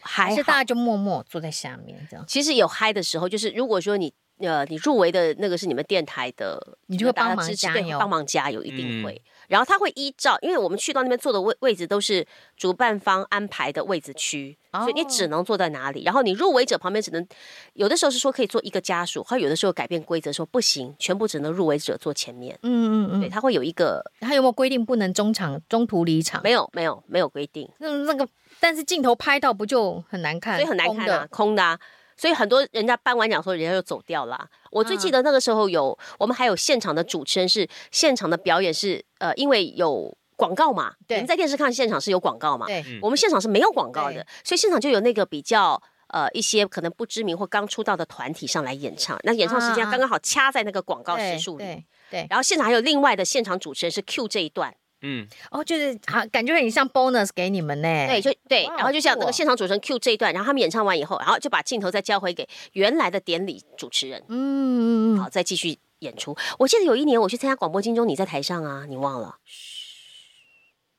A: 还
D: 是
A: 好
D: 大家就默默坐在下面这样？
A: 其实有嗨的时候，就是如果说你呃你入围的那个是你们电台的，
D: 你就会
A: 大家
D: 帮忙
A: 支持
D: 加
A: 对，
D: 油
A: 帮忙加油一定
C: 嗯
A: 会。然后他会依照，因为我们去到那边坐的位位置都是主办方安排的位置区，
D: 哦
A: 所以你只能坐在哪里。然后你入围者旁边只能有的时候是说可以坐一个家属，还有的时候改变规则说不行，全部只能入围者坐前面。
D: 嗯嗯
A: 对，
D: 嗯。
A: 他会有一个
D: 他有没有规定不能中场中途离场？
A: 没有没有没有规定，
D: 那那个，但是镜头拍到不就很难看，
A: 所以很难
D: 空
A: 看
D: 的
A: 啊，空的啊。所以很多人家颁完奖说人家就走掉了啊、我最记
D: 嗯
A: 得那个时候有，我们还有现场的主持人是现场的表演是，呃，因为有广告嘛，你
D: 对
A: 们在电视看现场是有广告嘛，
D: 对，
C: 嗯
A: 我们现场是没有广告的
D: 对，
A: 所以现场就有那个比较。呃，一些可能不知名或刚出道的团体上来演唱，那演唱时间
D: 啊啊
A: 刚刚好掐在那个广告时
D: 对
A: 数里，
D: 对对，
A: 然后现场还有另外的现场主持人是 Q 这一段，
C: 嗯，
D: 哦，就是啊，感觉很像 bonus 给你们呢。
A: 对，就对，
D: 哎哇
A: 然后就像
D: 酷
A: 那个
D: 哦
A: 现场主持人 Q 这一段，然后他们演唱完以后，然后就把镜头再交回给原来的典礼主持人，
D: 嗯，嗯嗯
A: 好，再继续演出。我记得有一年我去参加广播金钟，你在台上啊，你忘了？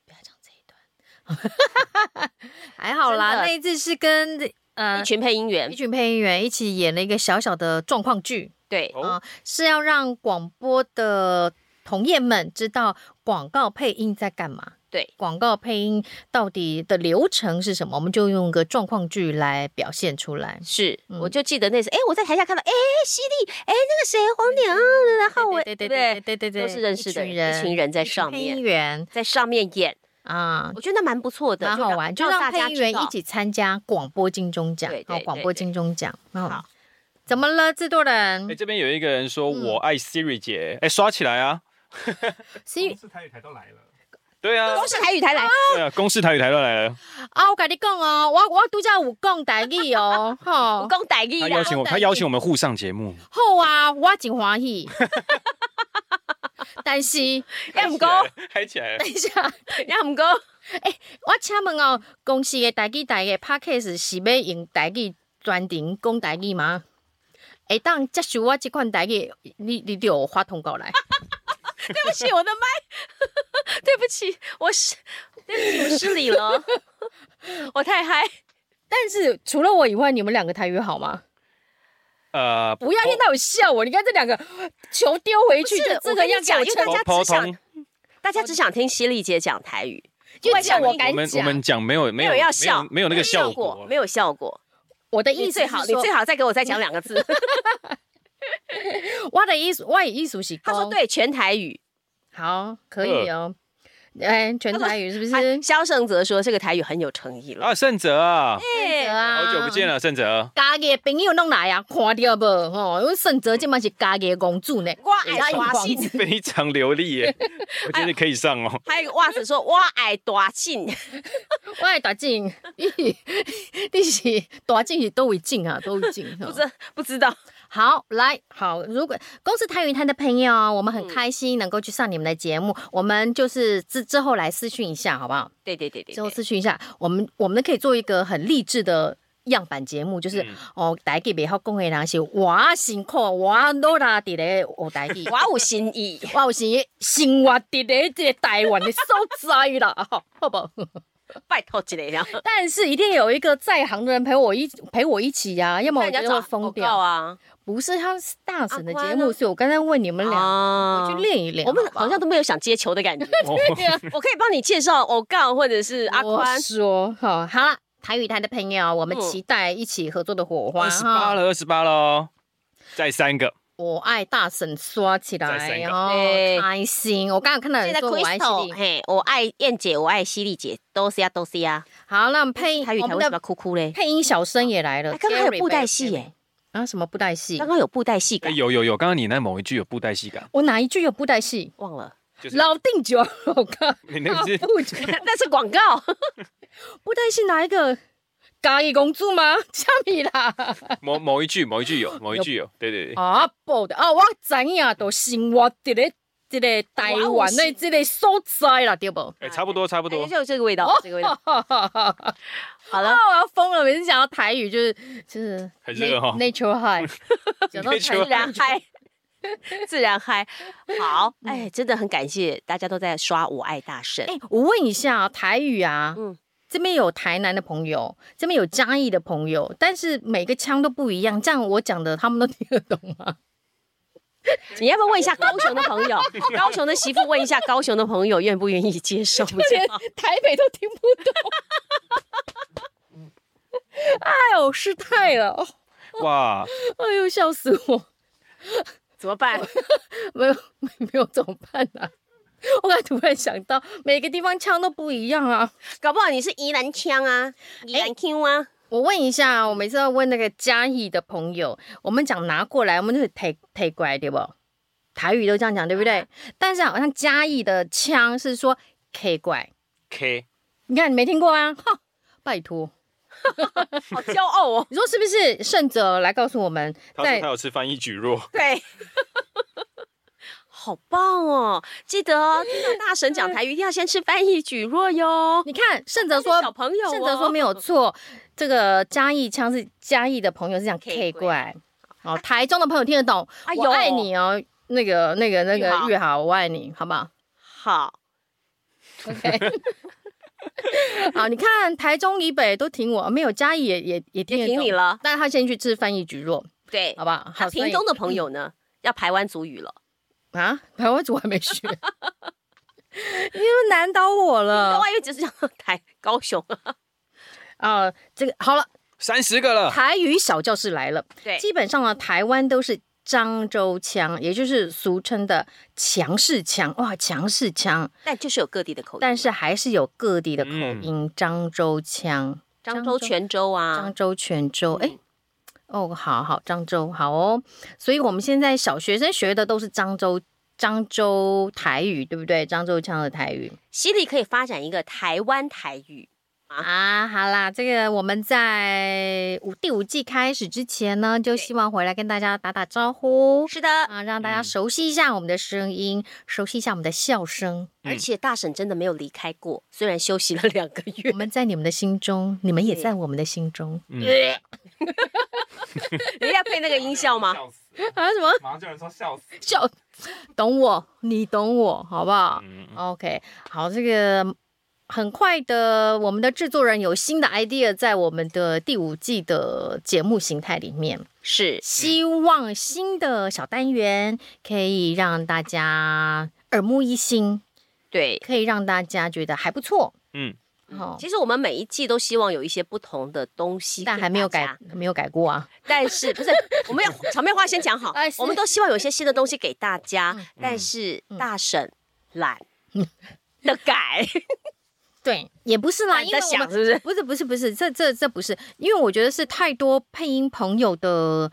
D: 不要讲这一段， 还好啦
A: 真，的
D: 那一次是跟呃
A: 一群配音员
D: 一，群配音员一起演了一个小小的状况剧，
A: 对
C: 哦，
D: 是要让广播的同业们知道广告配音在干嘛。
A: 对，
D: 广告配音到底的流程是什么？我们就用个状况剧来表现出来。
A: 是，
D: 嗯
A: 我就记得那次，哎，我在台下看到，哎，犀利，哎，那个谁，黄鸟，然后我，
D: 嗯对
A: 不
D: 对对对对对，
A: 都是认识的
D: 一群
A: 人，
D: 人，
A: 一群人在
D: 一群
A: 上
D: 配音
A: 面，
D: 员
A: 在上面演，
D: 啊，
A: 我觉得那蛮不错的，
D: 蛮好玩，就让
A: 大
D: 配
A: 家
D: 音
A: 知
D: 员
A: 道
D: 一。起参加广播金钟奖
A: 对，对
D: 好，广播
A: 对对
D: 金钟奖，好
A: 好，
D: 怎么了，制作
C: 哎、
D: 人？
C: 这边有一个人说
D: 嗯
C: 我爱 Siri 姐，哎、刷起来啊！
D: 是因为
E: 是台语台都来了，
C: 对啊，
A: 都是台语台
D: 哦
A: 来，
C: 对啊，公式台语台都来了，
D: 啊，我跟你讲哦，我我拄则有讲台语哦，
A: 我
D: 吼，
A: 讲台语
C: 他
D: 啊
A: 啦
C: 邀。请我，
D: 好啊
C: 他邀请我们互上节目，
D: 好啊，我真欢喜。 但是哎
A: 要唔讲，
C: 嗨起来了
D: 等，一下，
A: 要唔讲，
D: 我请问哦，公司的台语台的 podcast 是要用台语专程讲台语吗？会当接受我这款台语，你你就有发通告来。
A: 对不起，我的麦， 对不起，我失，对不起，我 失礼了，我太 嗨，
D: 但是除了我以外，你们两个台语好吗？
C: 呃，
D: 不要一天到晚笑我，你看这两个球丢回去
A: 不是
D: 就这个样给
A: 我跟你讲
D: 我
A: 因为大
D: 撑
A: 家
C: 沟
A: 只想
C: 通，
A: 大家只想听犀利姐讲台语，
D: 就只有我
C: 我
D: 敢
C: 们我
D: 讲。
C: 们讲没有没
A: 没
C: 有
A: 有要笑，
C: 没有没有那个效
A: 果
C: 果，，
A: 没有效果。
D: 我的
A: 你
D: 意思
A: 最
D: 是
A: 好，
D: 说，
A: 你最好再给我再讲两个 字。
D: 我的意思，我的意思是，
A: 他说，对，全台语。
D: 好，可以哦。哎，全台语是不是？
A: 他萧胜泽说这个台语很有诚意了。
C: 啊，胜哲啊，
D: 胜者啊
C: 好久不见了，胜哲，
D: 家己的朋友拢来啊，看到无？吼、因为盛泽即嘛是家己的公主呢，
A: 我爱
D: 家己
A: 大
D: 公
A: 信，
D: 主
C: 非常流利耶，我觉得可以上哦。
A: 还有一个袜子说我爱大 信，
D: 我爱大静， 你你是大静是都位静 啊，都位静。
A: 不知不知 道。
D: 好，来好，如果公司台语台的朋友，啊我们
A: 嗯
D: 很开心能够去上你们的节目，我们就是之之后来私讯一下，好不好？
A: 对对对对
D: 之后
A: 对，
D: 私讯一下，我们我们可以做一个很励志的样板节目，就是、
C: 嗯
D: 哦，台语袂晓讲的人是我辛苦，我努力伫咧学台语。
A: 我有心意。
D: 我有时生活伫咧这个台湾的所在啦， 好好不好？
A: 拜托之类 的，
D: 但是一定有一个在行的人陪我一陪我一起呀、要么我
A: 看
D: 就
A: 人家
D: 会
A: 找
D: 疯
A: 广
D: 掉。
A: 告啊！
D: 不是，他是大神的
A: 阿
D: 节
A: 宽
D: 目，
A: 呢
D: 所以我刚才问你们俩，
A: 啊
D: 去练一练
A: 我们
D: 不
A: 好 像都没有想接球的感觉。
C: 哦
A: 我可以帮你介绍偶告或者是阿
D: 我
A: 宽，
D: 说好，好了，台语台的朋友，我们
A: 嗯
D: 期待一起合作的火花
C: 二十八
D: 哈。
C: 了，二十八了哦，再三个，
D: 我爱大神刷起
C: 再三
D: 来
C: 个
D: 哦
A: 对，
D: 开心！我刚刚有看到有
A: 现
D: 人
A: 在
D: 说我爱犀
A: Crystal，
D: 利。
A: 嘿，我爱燕姐，我爱犀利姐，啊都是呀，都是呀。
D: 好，那我们配
A: 台语
D: 我
A: 台为什
D: 们
A: 么要
D: 的
A: 哭哭嘞？
D: 配音小生也来了
A: 哎，刚刚还有
D: Gary
A: 布袋
D: Barry
A: 戏耶，
D: 啊，什么布袋戏
A: 刚？刚有布袋戏
C: 哎
A: 感，
C: 有有有，刚刚你那某一句有布袋戏感，
D: 我哪一句有布袋戏？
A: 忘了，
C: 就是
D: 老定九，我靠，
C: 你那 个是
D: 哦布袋
A: 那是广告。
D: 布袋戏哪一个？嘉义公主吗？虾米啦？
C: 某某一句某一句有某一句有，对对对，
D: 啊，布的啊，我知影，都生活伫咧伫咧台湾的即个所在啦，对不？
C: 哎，差不多差不
A: 哎
C: 多
A: 就，有这个味道，这个味道。
D: 啊，
A: 好了，
D: 我要疯了！每次讲到台语，就是就是
C: 很热哦
D: n a t u r e High，讲到台
A: 自
D: 语
A: 然嗨， 自然嗨。好，哎，真的很感谢大家都在刷我爱大圣。
D: 哎、我问一下、啊、台语啊，
A: 嗯
D: 这边有台南的朋友，这边有嘉义的朋友，但是每个腔都不一样，这样我讲的他们都听得懂吗？
A: 你要不要问一下高雄的朋友，高雄的媳妇问一下高雄的朋友愿不愿意接受？不知
D: 连
A: 道
D: 台北都听不懂。 哎呦，失态了！哦
C: 哇，
D: 哎呦，笑死我！
A: 怎么 办？
D: 没有，没没有怎么办啊？我刚才突然想到，每个地方腔都不一样啊。
A: 搞不好你是宜兰腔啊，宜兰 Q 啊，
D: 我问一下，我每次要问那个嘉义的朋友，我们讲拿过来，我们就是推推过来，对不？台语都这样讲，对不
A: 啊
D: 对？但是好像嘉义的腔是说 K 怪，
C: K，
D: 你看你没听过吗？ 哼，拜托，
A: 好骄傲哦。
D: 你说是不是？胜者来告诉我们，
C: 他说他有吃翻译举弱，
A: 对。好棒哦！记得 哦，听到大神讲台语，一定要先吃翻译举弱哟。
D: 你看胜者说
A: 小朋友、哦，
D: 盛泽说没有错，这个嘉义腔是嘉义的朋友是讲 K
A: K
D: 怪，哦，台中的朋友听得懂，
A: 哎呦
D: 我爱你哦，那个那个那
A: 玉
D: 个
A: 豪
D: 玉豪，我爱你，好不好
A: 好，
D: ？OK，好，你看台中以北都挺我，没有嘉义也也也听
A: 也
D: 得
A: 挺
D: 懂
A: 你，了。
D: 但他先去吃翻译局肉，
A: 对
D: 好，不好？好，
A: 那
D: 所以
A: 屏东的朋友呢，要排湾族语了。
D: 啊，台湾族还没学，你们难倒我了
A: 我以为只是讲台高雄，
D: 啊、这个好了，
C: 三十个了，
D: 台语小教室来了。
A: 对
D: 基本上呢，台湾都是漳州腔，也就是俗称的强势腔。哇，强势腔，
A: 但就是有各地的口音，
D: 但是还是有各地的口
C: 嗯
D: 音，漳、州腔、
A: 漳州、泉州啊
D: 漳，州、泉州，哎、哦，好好，漳州，好哦。所以我们现在小学生学的都是漳州。漳州台语对不对？漳州腔的台语，
A: 西里可以发展一个台湾台语
D: 啊，好啦，这个我们在五第五季开始之前呢，就希望回来跟大家打打招呼
A: 是的，
D: 啊，让大家
C: 嗯
D: 熟悉一下我们的声音，熟悉一下我们的笑 声。
A: 而且大婶真的没有离开过，虽然休息了两个月
D: 我。们在你们的心中，你们也
A: 对
D: 在我们的心中
C: 嗯，
A: 你要配那个音效吗？
E: 笑死！
D: 啊？什么
E: 马上就有人说笑死，
D: 笑？懂我，你懂我，好不好？
C: 嗯，
D: OK，好，这个很快的，我们的制作人有新的 idea 在我们的第五季的节目形态里面，
A: 是，
D: 希望新的小单元可以让大家耳目一新，
A: 对。
D: 可以让大家觉得还不错。
C: 嗯，
D: 好、
A: 其实我们每一季都希望有一些不同的东西，
D: 但还没有改，，没有改过啊。
A: 但是 不是我们要场面话先讲好
D: 哎，是
A: 我们都希望有一些新的东西给大家，但是
D: 嗯
A: 大婶 懒的改，
D: 对，也不是啦，
A: 懒
D: 啊因为
A: 得
D: 我
A: 想
D: 们
A: 是不是？
D: 不是不是不是，这这这不是，因为我觉得是太多配音朋友的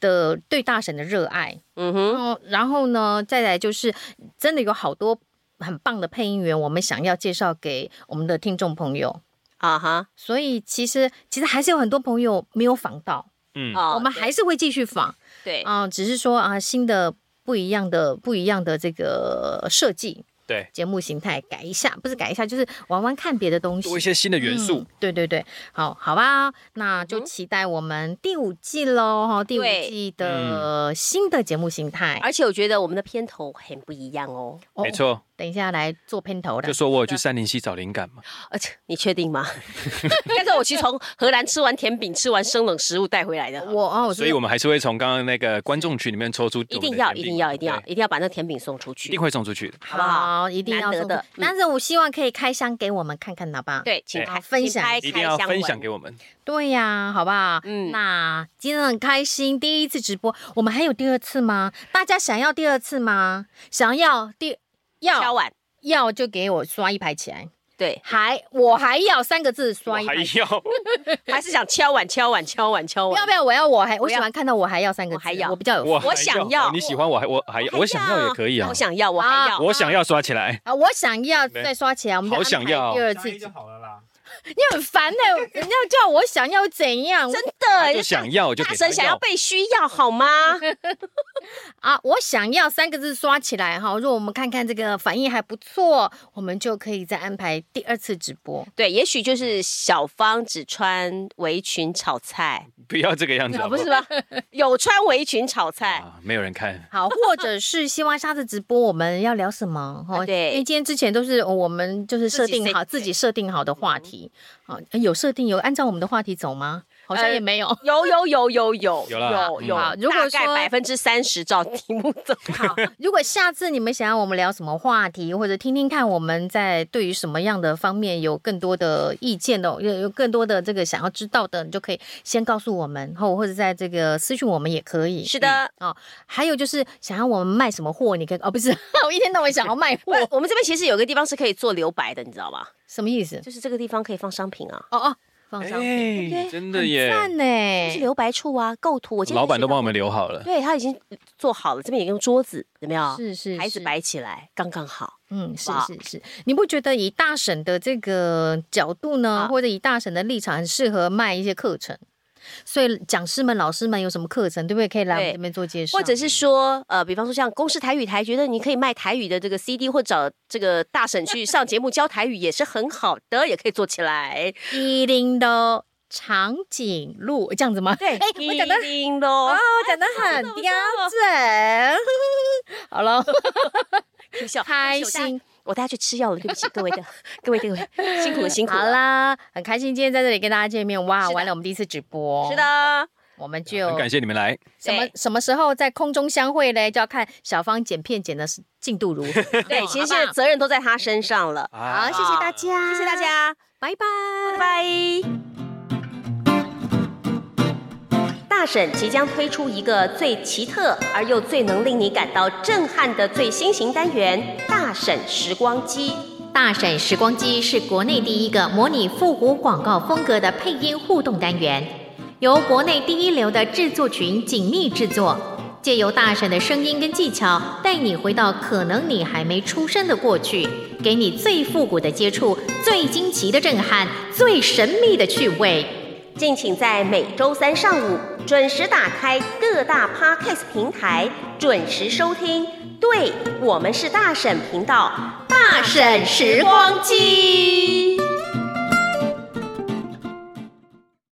D: 的对大神的热爱。
A: 嗯哼，
D: 哦，然后呢，再来就是真的有好多很棒的配音员，我们想要介绍给我们的听众朋友。
A: 啊哈，
D: 所以其实其实还是有很多朋友没有访到，
C: 嗯，
A: 哦
D: 我们还是会继续访
A: 对，
D: 啊、只是说啊新的不一样的不一样的这个设计
C: 对，
D: 节目形态改一下，不是改一下，就是玩玩看别的东西，
C: 多一些新的元素嗯
D: 嗯。对对对，好好吧，那就期待我们第五季喽，哈，第五
A: 对
D: 季的新的节目形
C: 啊
D: 态，
A: 而且我觉得我们的片头很不一样哦，啊
D: 哦
C: 没错，
D: 等一下来做片头的
C: 就，说我有去山林溪找灵感嘛。
A: 而且你确定吗？ 但是我其实从荷兰吃完甜饼，吃完生冷食物带回来的。
D: 我哦，
C: 所以我们还是会从刚刚那个观众群里面抽出
A: 一
C: 我们
A: 定
C: 的
A: 要，
C: 甜
A: 一
C: 品
A: 定要，一定要，
C: 对
A: 一定要把那甜饼送出
C: 一
A: 去
C: 定。会送出去的。
A: 好不好
D: 一定要
A: 难得
D: 送
A: 的
D: 出但是我希望可以开箱给我们看看，好不好？
A: 对，请
C: 对
A: 开
D: 分
A: 请
D: 享
A: 拍
C: 哎一定要
A: 开箱
C: 分
A: 文
C: 享给我们，
D: 对呀、好不好？
A: 嗯
D: 那今天很开心，第一次直播，我们还有第二次吗？大家想要第二次吗？想要第
A: 敲
D: 要
A: 碗。
D: 要就给我刷一排起来，
A: 对，
D: 还我还要三个字
C: 我
D: 刷一
C: 还
D: 排起来。
C: 要
A: 还是想敲碗、敲碗、敲碗、敲
D: 不要
A: 碗
D: 不。要，我要我还我
A: 我
D: 喜
A: 要
D: 欢看到我还要三个
A: 我
D: 字，
A: 还要
D: 我比较有
C: 我还
A: 我想要
C: 哦你喜欢我还我还我想要也可以啊
A: 我，想要，我
D: 啊
A: 还要。
C: 我想要刷起来，
D: 啊，我想要再刷起来，我们就
C: 好想
D: 安排
C: 要哦
D: 第二
E: 加
D: 次
E: 一就好了啦。
D: 你很烦的、人家叫我想要怎样
A: 真的，
C: 就想要就
A: 哎大
C: 给
A: 神
C: 他
A: 想要被需要好吗？
D: 啊，我想要三个字刷起来哈。如果我们看看这个反应还不错，我们就可以再安排第二次直播。
A: 对，也许就是小芳只穿围裙炒 菜，
C: 不要这个样子，好
A: 啊不
C: 好
A: 是吧？有穿围裙炒菜，
C: 啊，没有人看，
D: 好，或者是希望下次直播我们要聊什么？哈
A: 啊对
D: 因为今天之前都是哦我们就是设定好
A: 自
D: 自
A: 己设嗯
D: 己设定好的话题，啊，有设定有按照我们的话题走吗？好像
A: 呃
D: 也没有。
A: 有有有有有
C: 有啦
A: 有
C: 嗯
A: 有
D: 好，如果
A: 大概
D: 说
A: 百分之三十 照题目走，
D: 好，如果下次你们想要我们聊什么话题，或者听听看我们在对于什么样的方面有更多的意见的，有有更多的这个想要知道的，你就可以先告诉我们，后或者在这个私讯我们也可以。嗯哦
A: 是的。
D: 还有就是想要我们卖什么货，你可以哦，不是， 我一天到晚想要卖货
A: 不，我们这边其实有个地方是可以做留白的，你知道吗？
D: 什么意思？
A: 就是这个地方可以放商品啊，
D: 哦哦，放上。
C: 哎，真的耶，
D: 赞呢！
A: 就是留白处啊，构图。我今天
C: 哎老板
A: 在
C: 都
A: 学
C: 帮我们留好了，
A: 对他已经做好了，这边也用桌子，有没有？
D: 是是
A: 牌子
D: 是
A: 摆起来刚刚好。
D: 嗯，是
A: 吧
D: 是是，你不觉得以大婶的这个角度呢，
A: 啊
D: 或者以大婶的立场，很适合卖一些课程？所以讲师们、老师们有什么课程，对不对？可以来我
A: 对
D: 们这边做介绍，
A: 或者是说，呃，比方说像公视台语台，觉得你可以卖台语的这个 CD，或找这个大婶去上节目教台语，也是很好的，也可以做起来。
D: 一零的长颈鹿这样子吗？
A: 对，
D: 哎，我讲的
A: 一定咯
D: 哦，我讲的很
A: 不错不错
D: 标准。 好了，
A: ，Q 笑，
D: 开
A: 对不起我带
D: 心。
A: 我带他去吃药了，对不起各位的各位各位，辛苦了辛苦了。
D: 好啦，很开心今天在这里跟大家见面。哇，
A: 是的
D: 完了，我们第一次直播，哦
A: 是，的，
D: 我们就
C: 很感谢你们来，
D: 什么
A: 对
D: 什么时候在空中相会嘞？就要看小芳剪片剪的进度如 何。
A: 对，其实现
D: 好
A: 在责任都在他身上了。
C: 好
D: 谢谢大家，
A: 谢谢大，家，
D: 拜
A: 拜
D: 拜，
A: 拜。大婶即将推出一个最奇特而又最能令你感到震撼的最新型单元——大婶时光机。
B: 大婶时光机是国内第一个模拟复古广告风格的配音互动单元，由国内第一流的制作群紧密制作，借由大婶的声音跟技巧，带你回到可能你还没出生的过去，给你最复古的接触、最惊奇的震撼、最神秘的趣味。
A: 敬请在每周三上午准时打开各大 Podcast 平台，准时收听。对我们是大婶频道，
B: 大婶时光机。